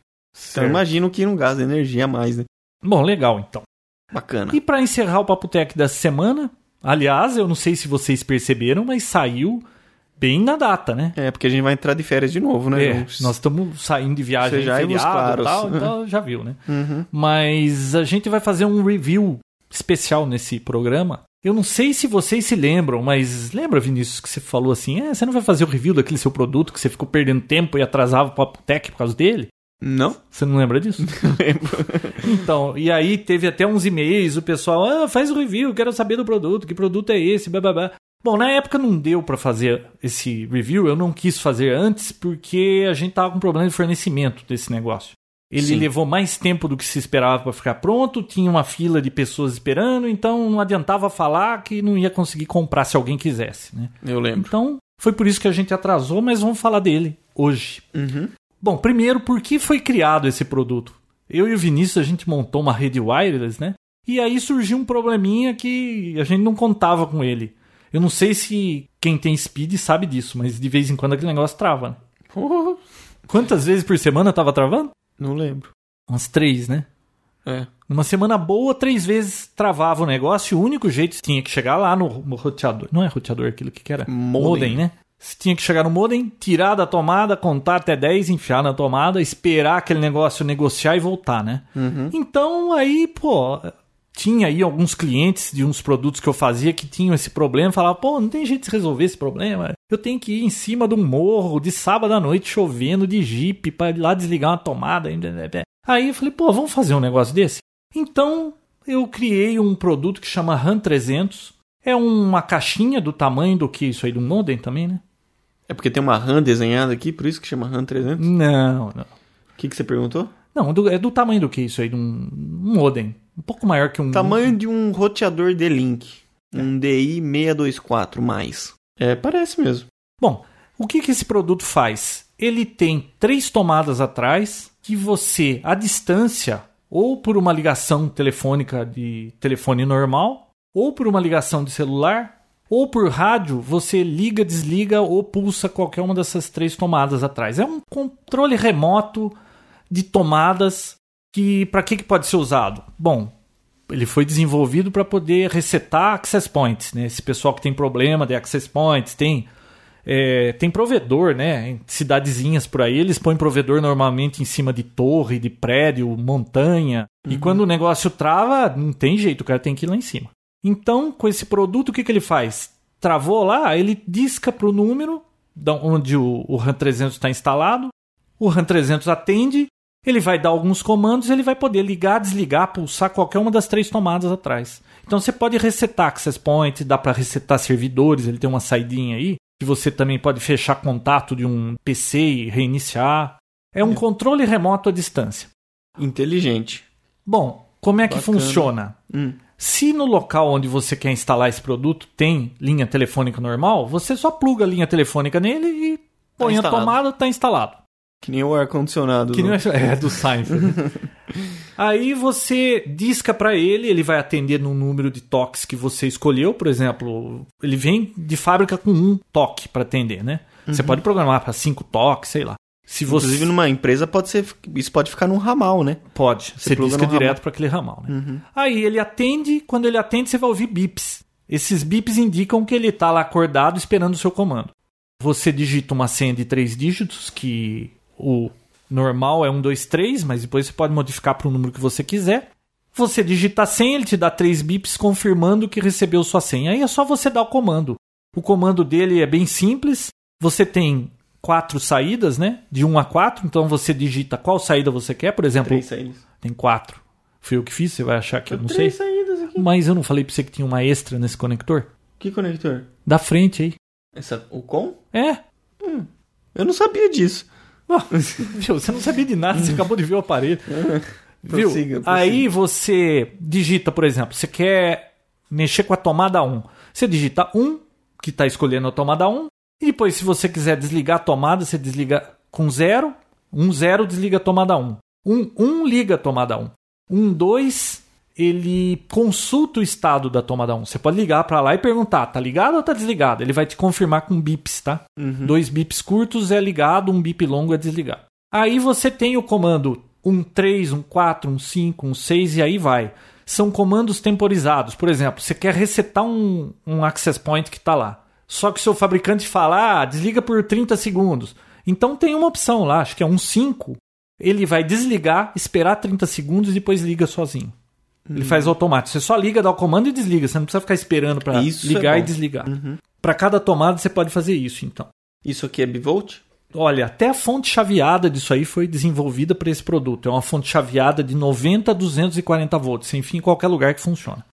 Speaker 3: Então imagino que não gasta energia a mais, né?
Speaker 1: Bom, legal então.
Speaker 3: Bacana.
Speaker 1: E pra encerrar o Papo Tech dessa semana, aliás, eu não sei se vocês perceberam, mas saiu bem na data, né?
Speaker 3: É, porque a gente vai entrar de férias de novo, né?
Speaker 1: É,
Speaker 3: Vamos-
Speaker 1: nós estamos saindo de viagem
Speaker 3: Sejais
Speaker 1: feriado e
Speaker 3: é claros.
Speaker 1: tal, então já viu, né?
Speaker 3: Uhum.
Speaker 1: Mas a gente vai fazer um review especial nesse programa. Eu não sei se vocês se lembram, mas lembra, Vinícius, que você falou assim: é, você não vai fazer o review daquele seu produto que você ficou perdendo tempo e atrasava o Papo Tech por causa dele?
Speaker 3: Não?
Speaker 1: Você não lembra disso? Então, e aí teve até uns e-mails, o pessoal, ah, faz o review, quero saber do produto, que produto é esse, blá blá blá. Bom, na época não deu pra fazer esse review, eu não quis fazer antes porque a gente tava com problema de fornecimento desse negócio. Ele
Speaker 3: Sim.
Speaker 1: levou mais tempo do que se esperava pra ficar pronto, tinha uma fila de pessoas esperando, então não adiantava falar que não ia conseguir comprar se alguém quisesse, né?
Speaker 3: Eu lembro.
Speaker 1: Então, foi por isso que a gente atrasou, mas vamos falar dele hoje.
Speaker 3: Uhum.
Speaker 1: Bom, primeiro, por que foi criado esse produto? Eu e o Vinícius, a gente montou uma rede wireless, né? E aí surgiu um probleminha que a gente não contava com ele. Eu não sei se quem tem speed sabe disso, mas de vez em quando aquele negócio trava. né?
Speaker 3: Oh,
Speaker 1: Quantas vezes por semana tava travando?
Speaker 3: não lembro.
Speaker 1: Umas três, né?
Speaker 3: É.
Speaker 1: Numa semana boa, três vezes travava o negócio e o único jeito tinha que chegar lá no, no roteador. Não é roteador aquilo que que era?
Speaker 3: Modem.
Speaker 1: né? Você tinha que chegar no modem, tirar da tomada, contar até 10, enfiar na tomada, esperar aquele negócio negociar e voltar, né? Então aí, pô, tinha aí alguns clientes de uns produtos que eu fazia que tinham esse problema, falava, pô, não tem jeito de resolver esse problema. Eu tenho que ir em cima de um morro de sábado à noite chovendo de jipe para ir lá desligar uma tomada. Aí eu falei, pô, vamos fazer um negócio desse? Então eu criei um produto que chama RAM 300. É uma caixinha do tamanho do que isso aí, do modem também, né?
Speaker 3: É porque tem uma RAM desenhada aqui, por isso que chama RAM 300?
Speaker 1: Hum. Não, não.
Speaker 3: O que, que você perguntou?
Speaker 1: Não, do- é do tamanho do que isso aí, de um, um modem. Um pouco maior que um.
Speaker 3: Tamanho de um roteador D-Link. Um DI624+. mais. É, parece mesmo.
Speaker 1: Bom, o que, que esse produto faz? Ele tem três tomadas atrás que você, à distância, ou por uma ligação telefônica de telefone normal, ou por uma ligação de celular, ou por rádio, você liga, desliga ou pulsa qualquer uma dessas três tomadas atrás. É um controle remoto de tomadas que para que, que pode ser usado? Bom, ele foi desenvolvido para poder resetar access points, né? Esse pessoal que tem problema de access points, tem é, tem provedor, né? Em cidadezinhas por aí, eles põem provedor normalmente em cima de torre, de prédio, montanha. E quando o negócio trava, não tem jeito, o cara tem que ir lá em cima. Então, com esse produto, o que, que ele faz? Travou lá, ele disca para o número da- onde o, o RAM 300 está instalado, o RAM 300 atende, ele vai dar alguns comandos, ele vai poder ligar, desligar, pulsar qualquer uma das três tomadas atrás. Então você pode resetar access point, dá para resetar servidores, ele tem uma saidinha aí, que você também pode fechar contato de um PC e reiniciar. É um controle remoto à distância.
Speaker 3: Inteligente.
Speaker 1: Bom, como é que
Speaker 3: Bacana.
Speaker 1: funciona?
Speaker 3: Hum.
Speaker 1: Se no local onde você quer instalar esse produto tem linha telefônica normal, você só pluga a linha telefônica nele e põe a
Speaker 3: Tá instalado.
Speaker 1: tomada, está instalado.
Speaker 3: Que nem o ar-condicionado.
Speaker 1: Que
Speaker 3: do-
Speaker 1: nem o- é do Seinfeld. Aí você disca pra ele, ele vai atender no número de toques que você escolheu, por exemplo, ele vem de fábrica com um toque pra atender, né? Você pode programar pra cinco toques, sei lá. Se você
Speaker 3: Uhum. Inclusive, numa empresa, pode ser... isso pode ficar num ramal, né?
Speaker 1: pode, você,
Speaker 3: pluga
Speaker 1: disca
Speaker 3: no
Speaker 1: direto
Speaker 3: ramal. Uhum.
Speaker 1: pra aquele ramal, né? Aí ele atende, quando ele atende você vai ouvir bips. Esses bips indicam que ele tá lá acordado esperando o seu comando. Você digita uma senha de três dígitos, que o normal é 1, 2, 3, mas depois você pode modificar para o número que você quiser. Você digita a senha, ele te dá três bips confirmando que recebeu sua senha. Aí é só você dar o comando. O comando dele é bem simples. Você tem quatro saídas, né? De 1 a 4. Então você digita qual saída você quer. Por exemplo,
Speaker 3: Três saídas.
Speaker 1: tem quatro. Fui eu que fiz, você vai achar que eu não sei.
Speaker 3: Três saídas aqui.
Speaker 1: Mas eu não falei pra você que tinha uma extra nesse conector?
Speaker 3: Que conector?
Speaker 1: Da frente aí.
Speaker 3: Essa... O com?
Speaker 1: É.
Speaker 3: Eu não sabia disso.
Speaker 1: Ó, viu, você não sabia de nada, você acabou de ver o aparelho. Viu?
Speaker 3: Prossiga, prossiga.
Speaker 1: Aí você digita, por exemplo, você quer mexer com a tomada 1. Você digita 1, que está escolhendo a tomada 1. E depois, se você quiser desligar a tomada, você desliga com 0. 1, 0 desliga a tomada 1. 1, 1 liga a tomada 1. 1, 2, ele consulta o estado da tomada 1. Você pode ligar para lá e perguntar, tá ligado ou tá desligado? Ele vai te confirmar com bips, tá?
Speaker 3: Uhum.
Speaker 1: Dois bips curtos é ligado, um bip longo é desligado. Aí você tem o comando 1, 3, 1, 4, 1, 5, 1, 6 um e aí vai. São comandos temporizados. Por exemplo, você quer resetar um, um access point que está lá. Só que o seu fabricante fala, ah, desliga por 30 segundos. Então tem uma opção lá, acho que é um 5. Ele vai desligar, esperar 30 segundos e depois liga sozinho. Ele faz
Speaker 3: Uhum.
Speaker 1: automático. Você só liga, dá o comando e desliga. Você não precisa ficar esperando para
Speaker 3: Isso é
Speaker 1: ligar e
Speaker 3: bom. Uhum.
Speaker 1: desligar. Para cada tomada você pode fazer isso, então.
Speaker 3: Isso aqui é bivolt?
Speaker 1: Olha, até a fonte chaveada disso aí foi desenvolvida para esse produto. É uma fonte chaveada de 90 a 240 volts, sem fim em qualquer lugar que funciona.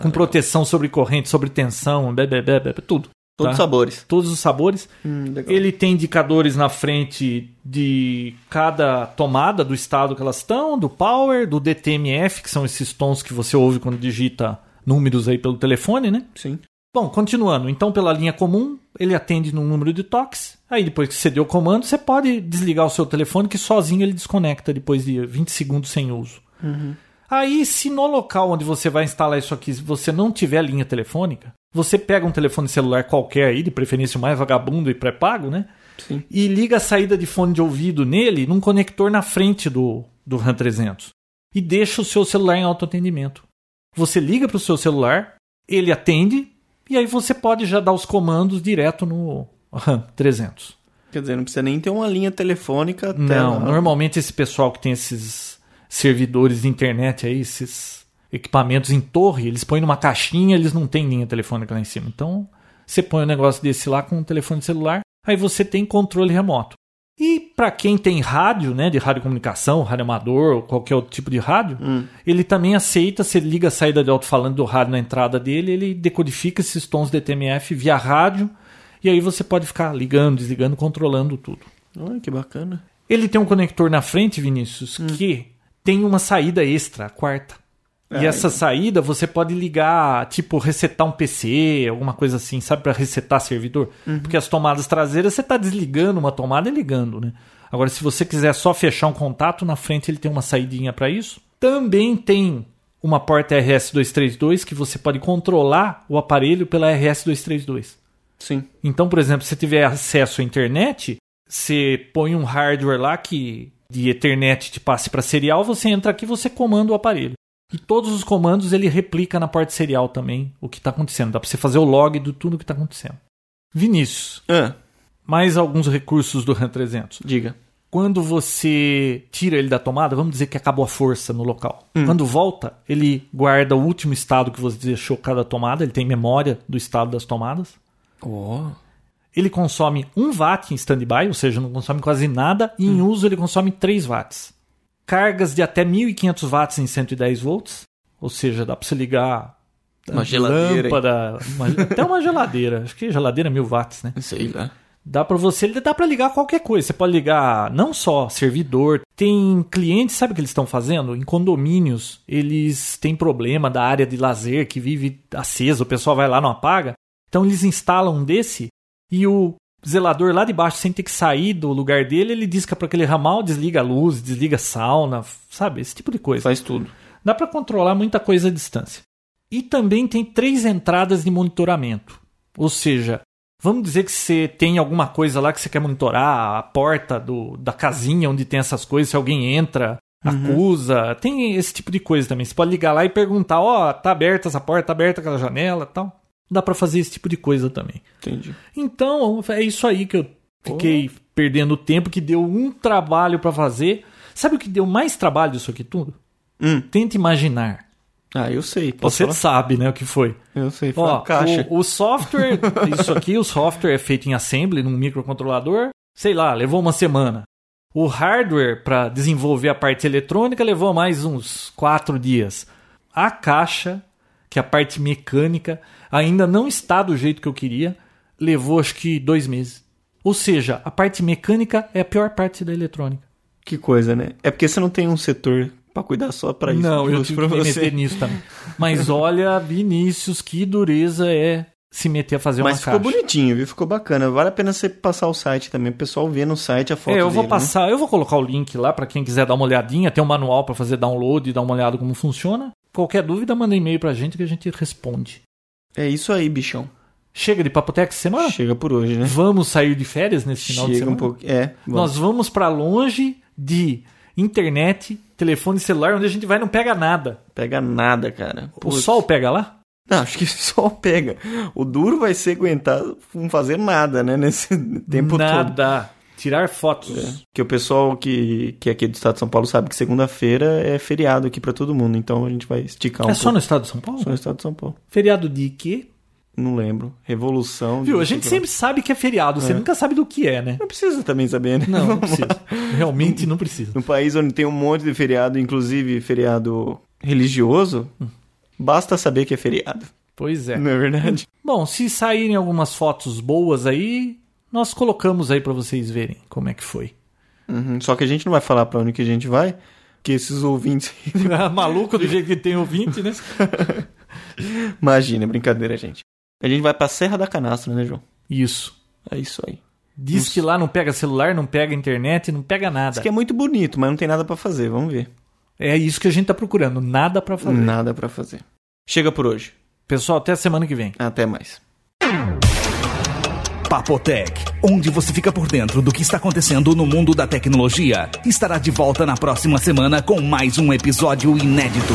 Speaker 1: Com proteção sobre corrente, sobre tensão, blá, blá, blá, blá, tudo.
Speaker 3: Todos os
Speaker 1: tá?
Speaker 3: sabores.
Speaker 1: Todos os sabores.
Speaker 3: Hum, legal.
Speaker 1: Ele tem indicadores na frente de cada tomada do estado que elas estão, do power, do DTMF, que são esses tons que você ouve quando digita números aí pelo telefone, né?
Speaker 3: Sim.
Speaker 1: Bom, continuando. Então, pela linha comum, ele atende num número de toques. Aí, depois que você deu o comando, você pode desligar o seu telefone, que sozinho ele desconecta depois de 20 segundos sem uso. Aí, se no local onde você vai instalar isso aqui, se você não tiver linha telefônica, você pega um telefone celular qualquer aí, de preferência o mais vagabundo e pré-pago, né?
Speaker 3: Sim.
Speaker 1: E liga a saída de fone de ouvido nele num conector na frente do, do RAM 300. E deixa o seu celular em autoatendimento. Você liga para o seu celular, ele atende, e aí você pode já dar os comandos direto no RAM 300.
Speaker 3: Quer dizer, não precisa nem ter uma linha telefônica até
Speaker 1: Não,
Speaker 3: lá.
Speaker 1: normalmente esse pessoal que tem esses servidores de internet aí, esses equipamentos em torre, eles põem numa caixinha, eles não têm linha telefônica lá em cima. Então, você põe um negócio desse lá com um telefone celular, aí você tem controle remoto. E para quem tem rádio, né, de radiocomunicação, rádio amador, ou qualquer outro tipo de rádio, ele também aceita, você liga a saída de alto-falante do rádio na entrada dele, ele decodifica esses tons DTMF via rádio, e aí você pode ficar ligando, desligando, controlando tudo.
Speaker 3: Olha que bacana.
Speaker 1: Ele tem um conector na frente, Vinícius, que tem uma saída extra, a quarta.
Speaker 3: Ah,
Speaker 1: e essa saída você pode ligar, tipo, resetar um PC, alguma coisa assim, sabe, para resetar servidor? Porque as tomadas traseiras você tá desligando uma tomada e ligando, né? Agora, se você quiser só fechar um contato, na frente ele tem uma saidinha para isso. Também tem uma porta RS-232 que você pode controlar o aparelho pela RS-232.
Speaker 3: Sim.
Speaker 1: Então, por exemplo, se você tiver acesso à internet, você põe um hardware lá que de Ethernet te passe para serial, você entra aqui e você comanda o aparelho. E todos os comandos ele replica na parte serial também o que está acontecendo. Dá para você fazer o log do tudo que está acontecendo. Vinícius,
Speaker 3: Ah,
Speaker 1: mais alguns recursos do RAM 300.
Speaker 3: diga.
Speaker 1: Quando você tira ele da tomada, vamos dizer que acabou a força no local. Quando volta, ele guarda o último estado que você deixou cada tomada, ele tem memória do estado das tomadas.
Speaker 3: Oh.
Speaker 1: Ele consome 1 watt em standby, ou seja, não consome quase nada, e em uso ele consome 3 watts. Cargas de até 1500 watts em 110 volts, ou seja, dá para você ligar
Speaker 3: Uma geladeira,
Speaker 1: tá lâmpada, uma- até uma geladeira. Acho que geladeira é 1000 watts, né?
Speaker 3: Sei lá.
Speaker 1: Dá para você, dá para ligar qualquer coisa. Você pode ligar não só servidor, tem clientes, sabe o que eles estão fazendo? Em condomínios, eles têm problema da área de lazer que vive acesa, o pessoal vai lá não apaga. Então eles instalam um desse e o zelador lá de baixo, sem ter que sair do lugar dele, ele disca para aquele ramal, desliga a luz, desliga a sauna, sabe? Esse tipo de coisa.
Speaker 3: Faz tudo.
Speaker 1: Dá para controlar muita coisa à distância. E também tem três entradas de monitoramento. Ou seja, vamos dizer que você tem alguma coisa lá que você quer monitorar, a porta do, da casinha onde tem essas coisas, se alguém entra, acusa, tem esse tipo de coisa também. Você pode ligar lá e perguntar, ó, tá aberta essa porta, tá aberta aquela janela, tal. Dá para fazer esse tipo de coisa também.
Speaker 3: Entendi.
Speaker 1: Então, é isso aí que eu fiquei perdendo tempo, que deu um trabalho para fazer. Sabe o que deu mais trabalho disso aqui tudo?
Speaker 3: Hum.
Speaker 1: Tenta imaginar.
Speaker 3: Ah, eu sei. Posso
Speaker 1: Você
Speaker 3: falar?
Speaker 1: sabe, né, o que foi.
Speaker 3: Eu sei. Foi
Speaker 1: Ó,
Speaker 3: uma caixa.
Speaker 1: O, o software, isso aqui, o software é feito em assembly, num microcontrolador, sei lá, levou uma semana. O hardware para desenvolver a parte eletrônica levou mais uns quatro dias. A caixa, que é a parte mecânica, ainda não está do jeito que eu queria, levou acho que dois meses. Ou seja, a parte mecânica é a pior parte da eletrônica.
Speaker 3: Que coisa, né? É porque você não tem um setor pra cuidar só pra isso.
Speaker 1: Não, eu
Speaker 3: Justo
Speaker 1: tive
Speaker 3: pra
Speaker 1: que me
Speaker 3: você.
Speaker 1: meter nisso também. Mas olha, Vinícius, que dureza é se meter a fazer uma
Speaker 3: Mas ficou
Speaker 1: caixa.
Speaker 3: bonitinho, viu? Ficou bacana. Vale a pena você passar o site também. O pessoal vê no site a foto
Speaker 1: É, eu vou
Speaker 3: dele, né?
Speaker 1: passar, eu vou colocar o link lá pra quem quiser dar uma olhadinha, tem um manual pra fazer download e dar uma olhada como funciona. Qualquer dúvida, manda e-mail pra gente que a gente responde.
Speaker 3: É isso aí, bichão.
Speaker 1: Chega de papoteca essa semana?
Speaker 3: Chega por hoje, né?
Speaker 1: Vamos sair de férias nesse Ah. final de
Speaker 3: Chega
Speaker 1: semana?
Speaker 3: um pouco. É, vamos.
Speaker 1: Nós vamos pra longe de internet, telefone celular, onde a gente vai e não pega nada.
Speaker 3: Pega nada, cara.
Speaker 1: O sol pega lá?
Speaker 3: Não, acho que o sol pega. O duro vai ser aguentar não fazer nada, né? Nesse tempo todo.
Speaker 1: nada. Tirar fotos.
Speaker 3: Que o pessoal que, que é aqui do estado de São Paulo sabe que segunda-feira é feriado aqui pra todo mundo, então a gente vai esticar um
Speaker 1: É só
Speaker 3: pouco.
Speaker 1: no estado de São Paulo?
Speaker 3: Só no estado de São Paulo.
Speaker 1: Feriado de quê?
Speaker 3: Não lembro. Revolução.
Speaker 1: Viu,
Speaker 3: não
Speaker 1: a
Speaker 3: sei
Speaker 1: gente
Speaker 3: o que lá.
Speaker 1: sempre sabe que é feriado, você nunca sabe do que é, né?
Speaker 3: Não precisa também saber, né?
Speaker 1: Não, não precisa. Realmente não precisa.
Speaker 3: Num país onde tem um monte de feriado, inclusive feriado religioso, basta saber que é feriado.
Speaker 1: Pois Hum. é.
Speaker 3: Não é verdade?
Speaker 1: Bom, se saírem algumas fotos boas aí, nós colocamos aí pra vocês verem como é que foi.
Speaker 3: Uhum, Só que a gente não vai falar pra onde que a gente vai, porque esses ouvintes.
Speaker 1: Maluco do jeito que tem ouvinte, né?
Speaker 3: Imagina, é brincadeira, gente. A gente vai pra Serra da Canastra, né, João?
Speaker 1: Isso.
Speaker 3: É isso aí.
Speaker 1: Diz
Speaker 3: Isso.
Speaker 1: que lá não pega celular, não pega internet, não pega
Speaker 3: Diz
Speaker 1: nada.
Speaker 3: que é muito bonito, mas não tem nada pra fazer. Vamos ver.
Speaker 1: É isso que a gente tá procurando, nada pra fazer.
Speaker 3: Nada pra fazer. Chega por hoje.
Speaker 1: Pessoal, até a semana que vem.
Speaker 3: Até mais.
Speaker 2: Papotec, onde você fica por dentro do que está acontecendo no mundo da tecnologia, estará de volta na próxima semana com mais um episódio inédito.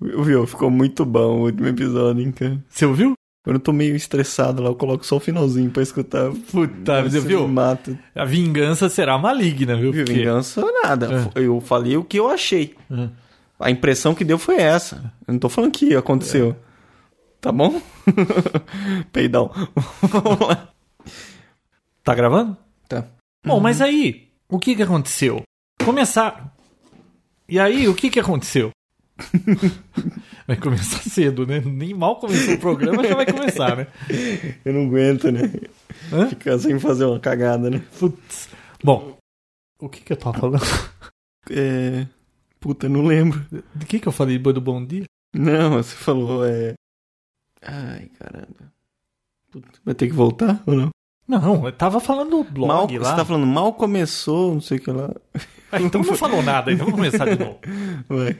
Speaker 3: Viu? Ficou muito bom o último episódio, hein, cara?
Speaker 1: Você ouviu?
Speaker 3: Quando eu tô meio estressado lá, eu coloco só o finalzinho pra escutar.
Speaker 1: Puta,
Speaker 3: Você
Speaker 1: você viu?
Speaker 3: me mata.
Speaker 1: A vingança será maligna, viu?
Speaker 3: Viu,
Speaker 1: Porque-
Speaker 3: vingança nada. Eu falei o É. que eu achei. A impressão que deu foi essa. Eu não tô falando que aconteceu. Tá bom? Peidão. Vamos lá.
Speaker 1: Tá gravando?
Speaker 3: Tá.
Speaker 1: Bom, mas aí, o que que aconteceu? Começaram. E aí, o que que aconteceu? vai começar cedo, né? Nem mal começou o programa já vai começar, né?
Speaker 3: Eu não aguento, né?
Speaker 1: Hã?
Speaker 3: Ficar sem fazer uma cagada, né?
Speaker 1: Putz. Bom, o que que eu tava falando?
Speaker 3: É... Puta, não lembro.
Speaker 1: De que que eu falei depois do bom dia?
Speaker 3: Não, você falou, é... Ai, caramba. Puta, vai ter que voltar ou não?
Speaker 1: Não, eu tava falando do blog
Speaker 3: mal,
Speaker 1: lá.
Speaker 3: Você tá falando, mal começou, não sei o que lá.
Speaker 1: Ah, então não falou nada, então vamos começar de novo.
Speaker 3: Vai.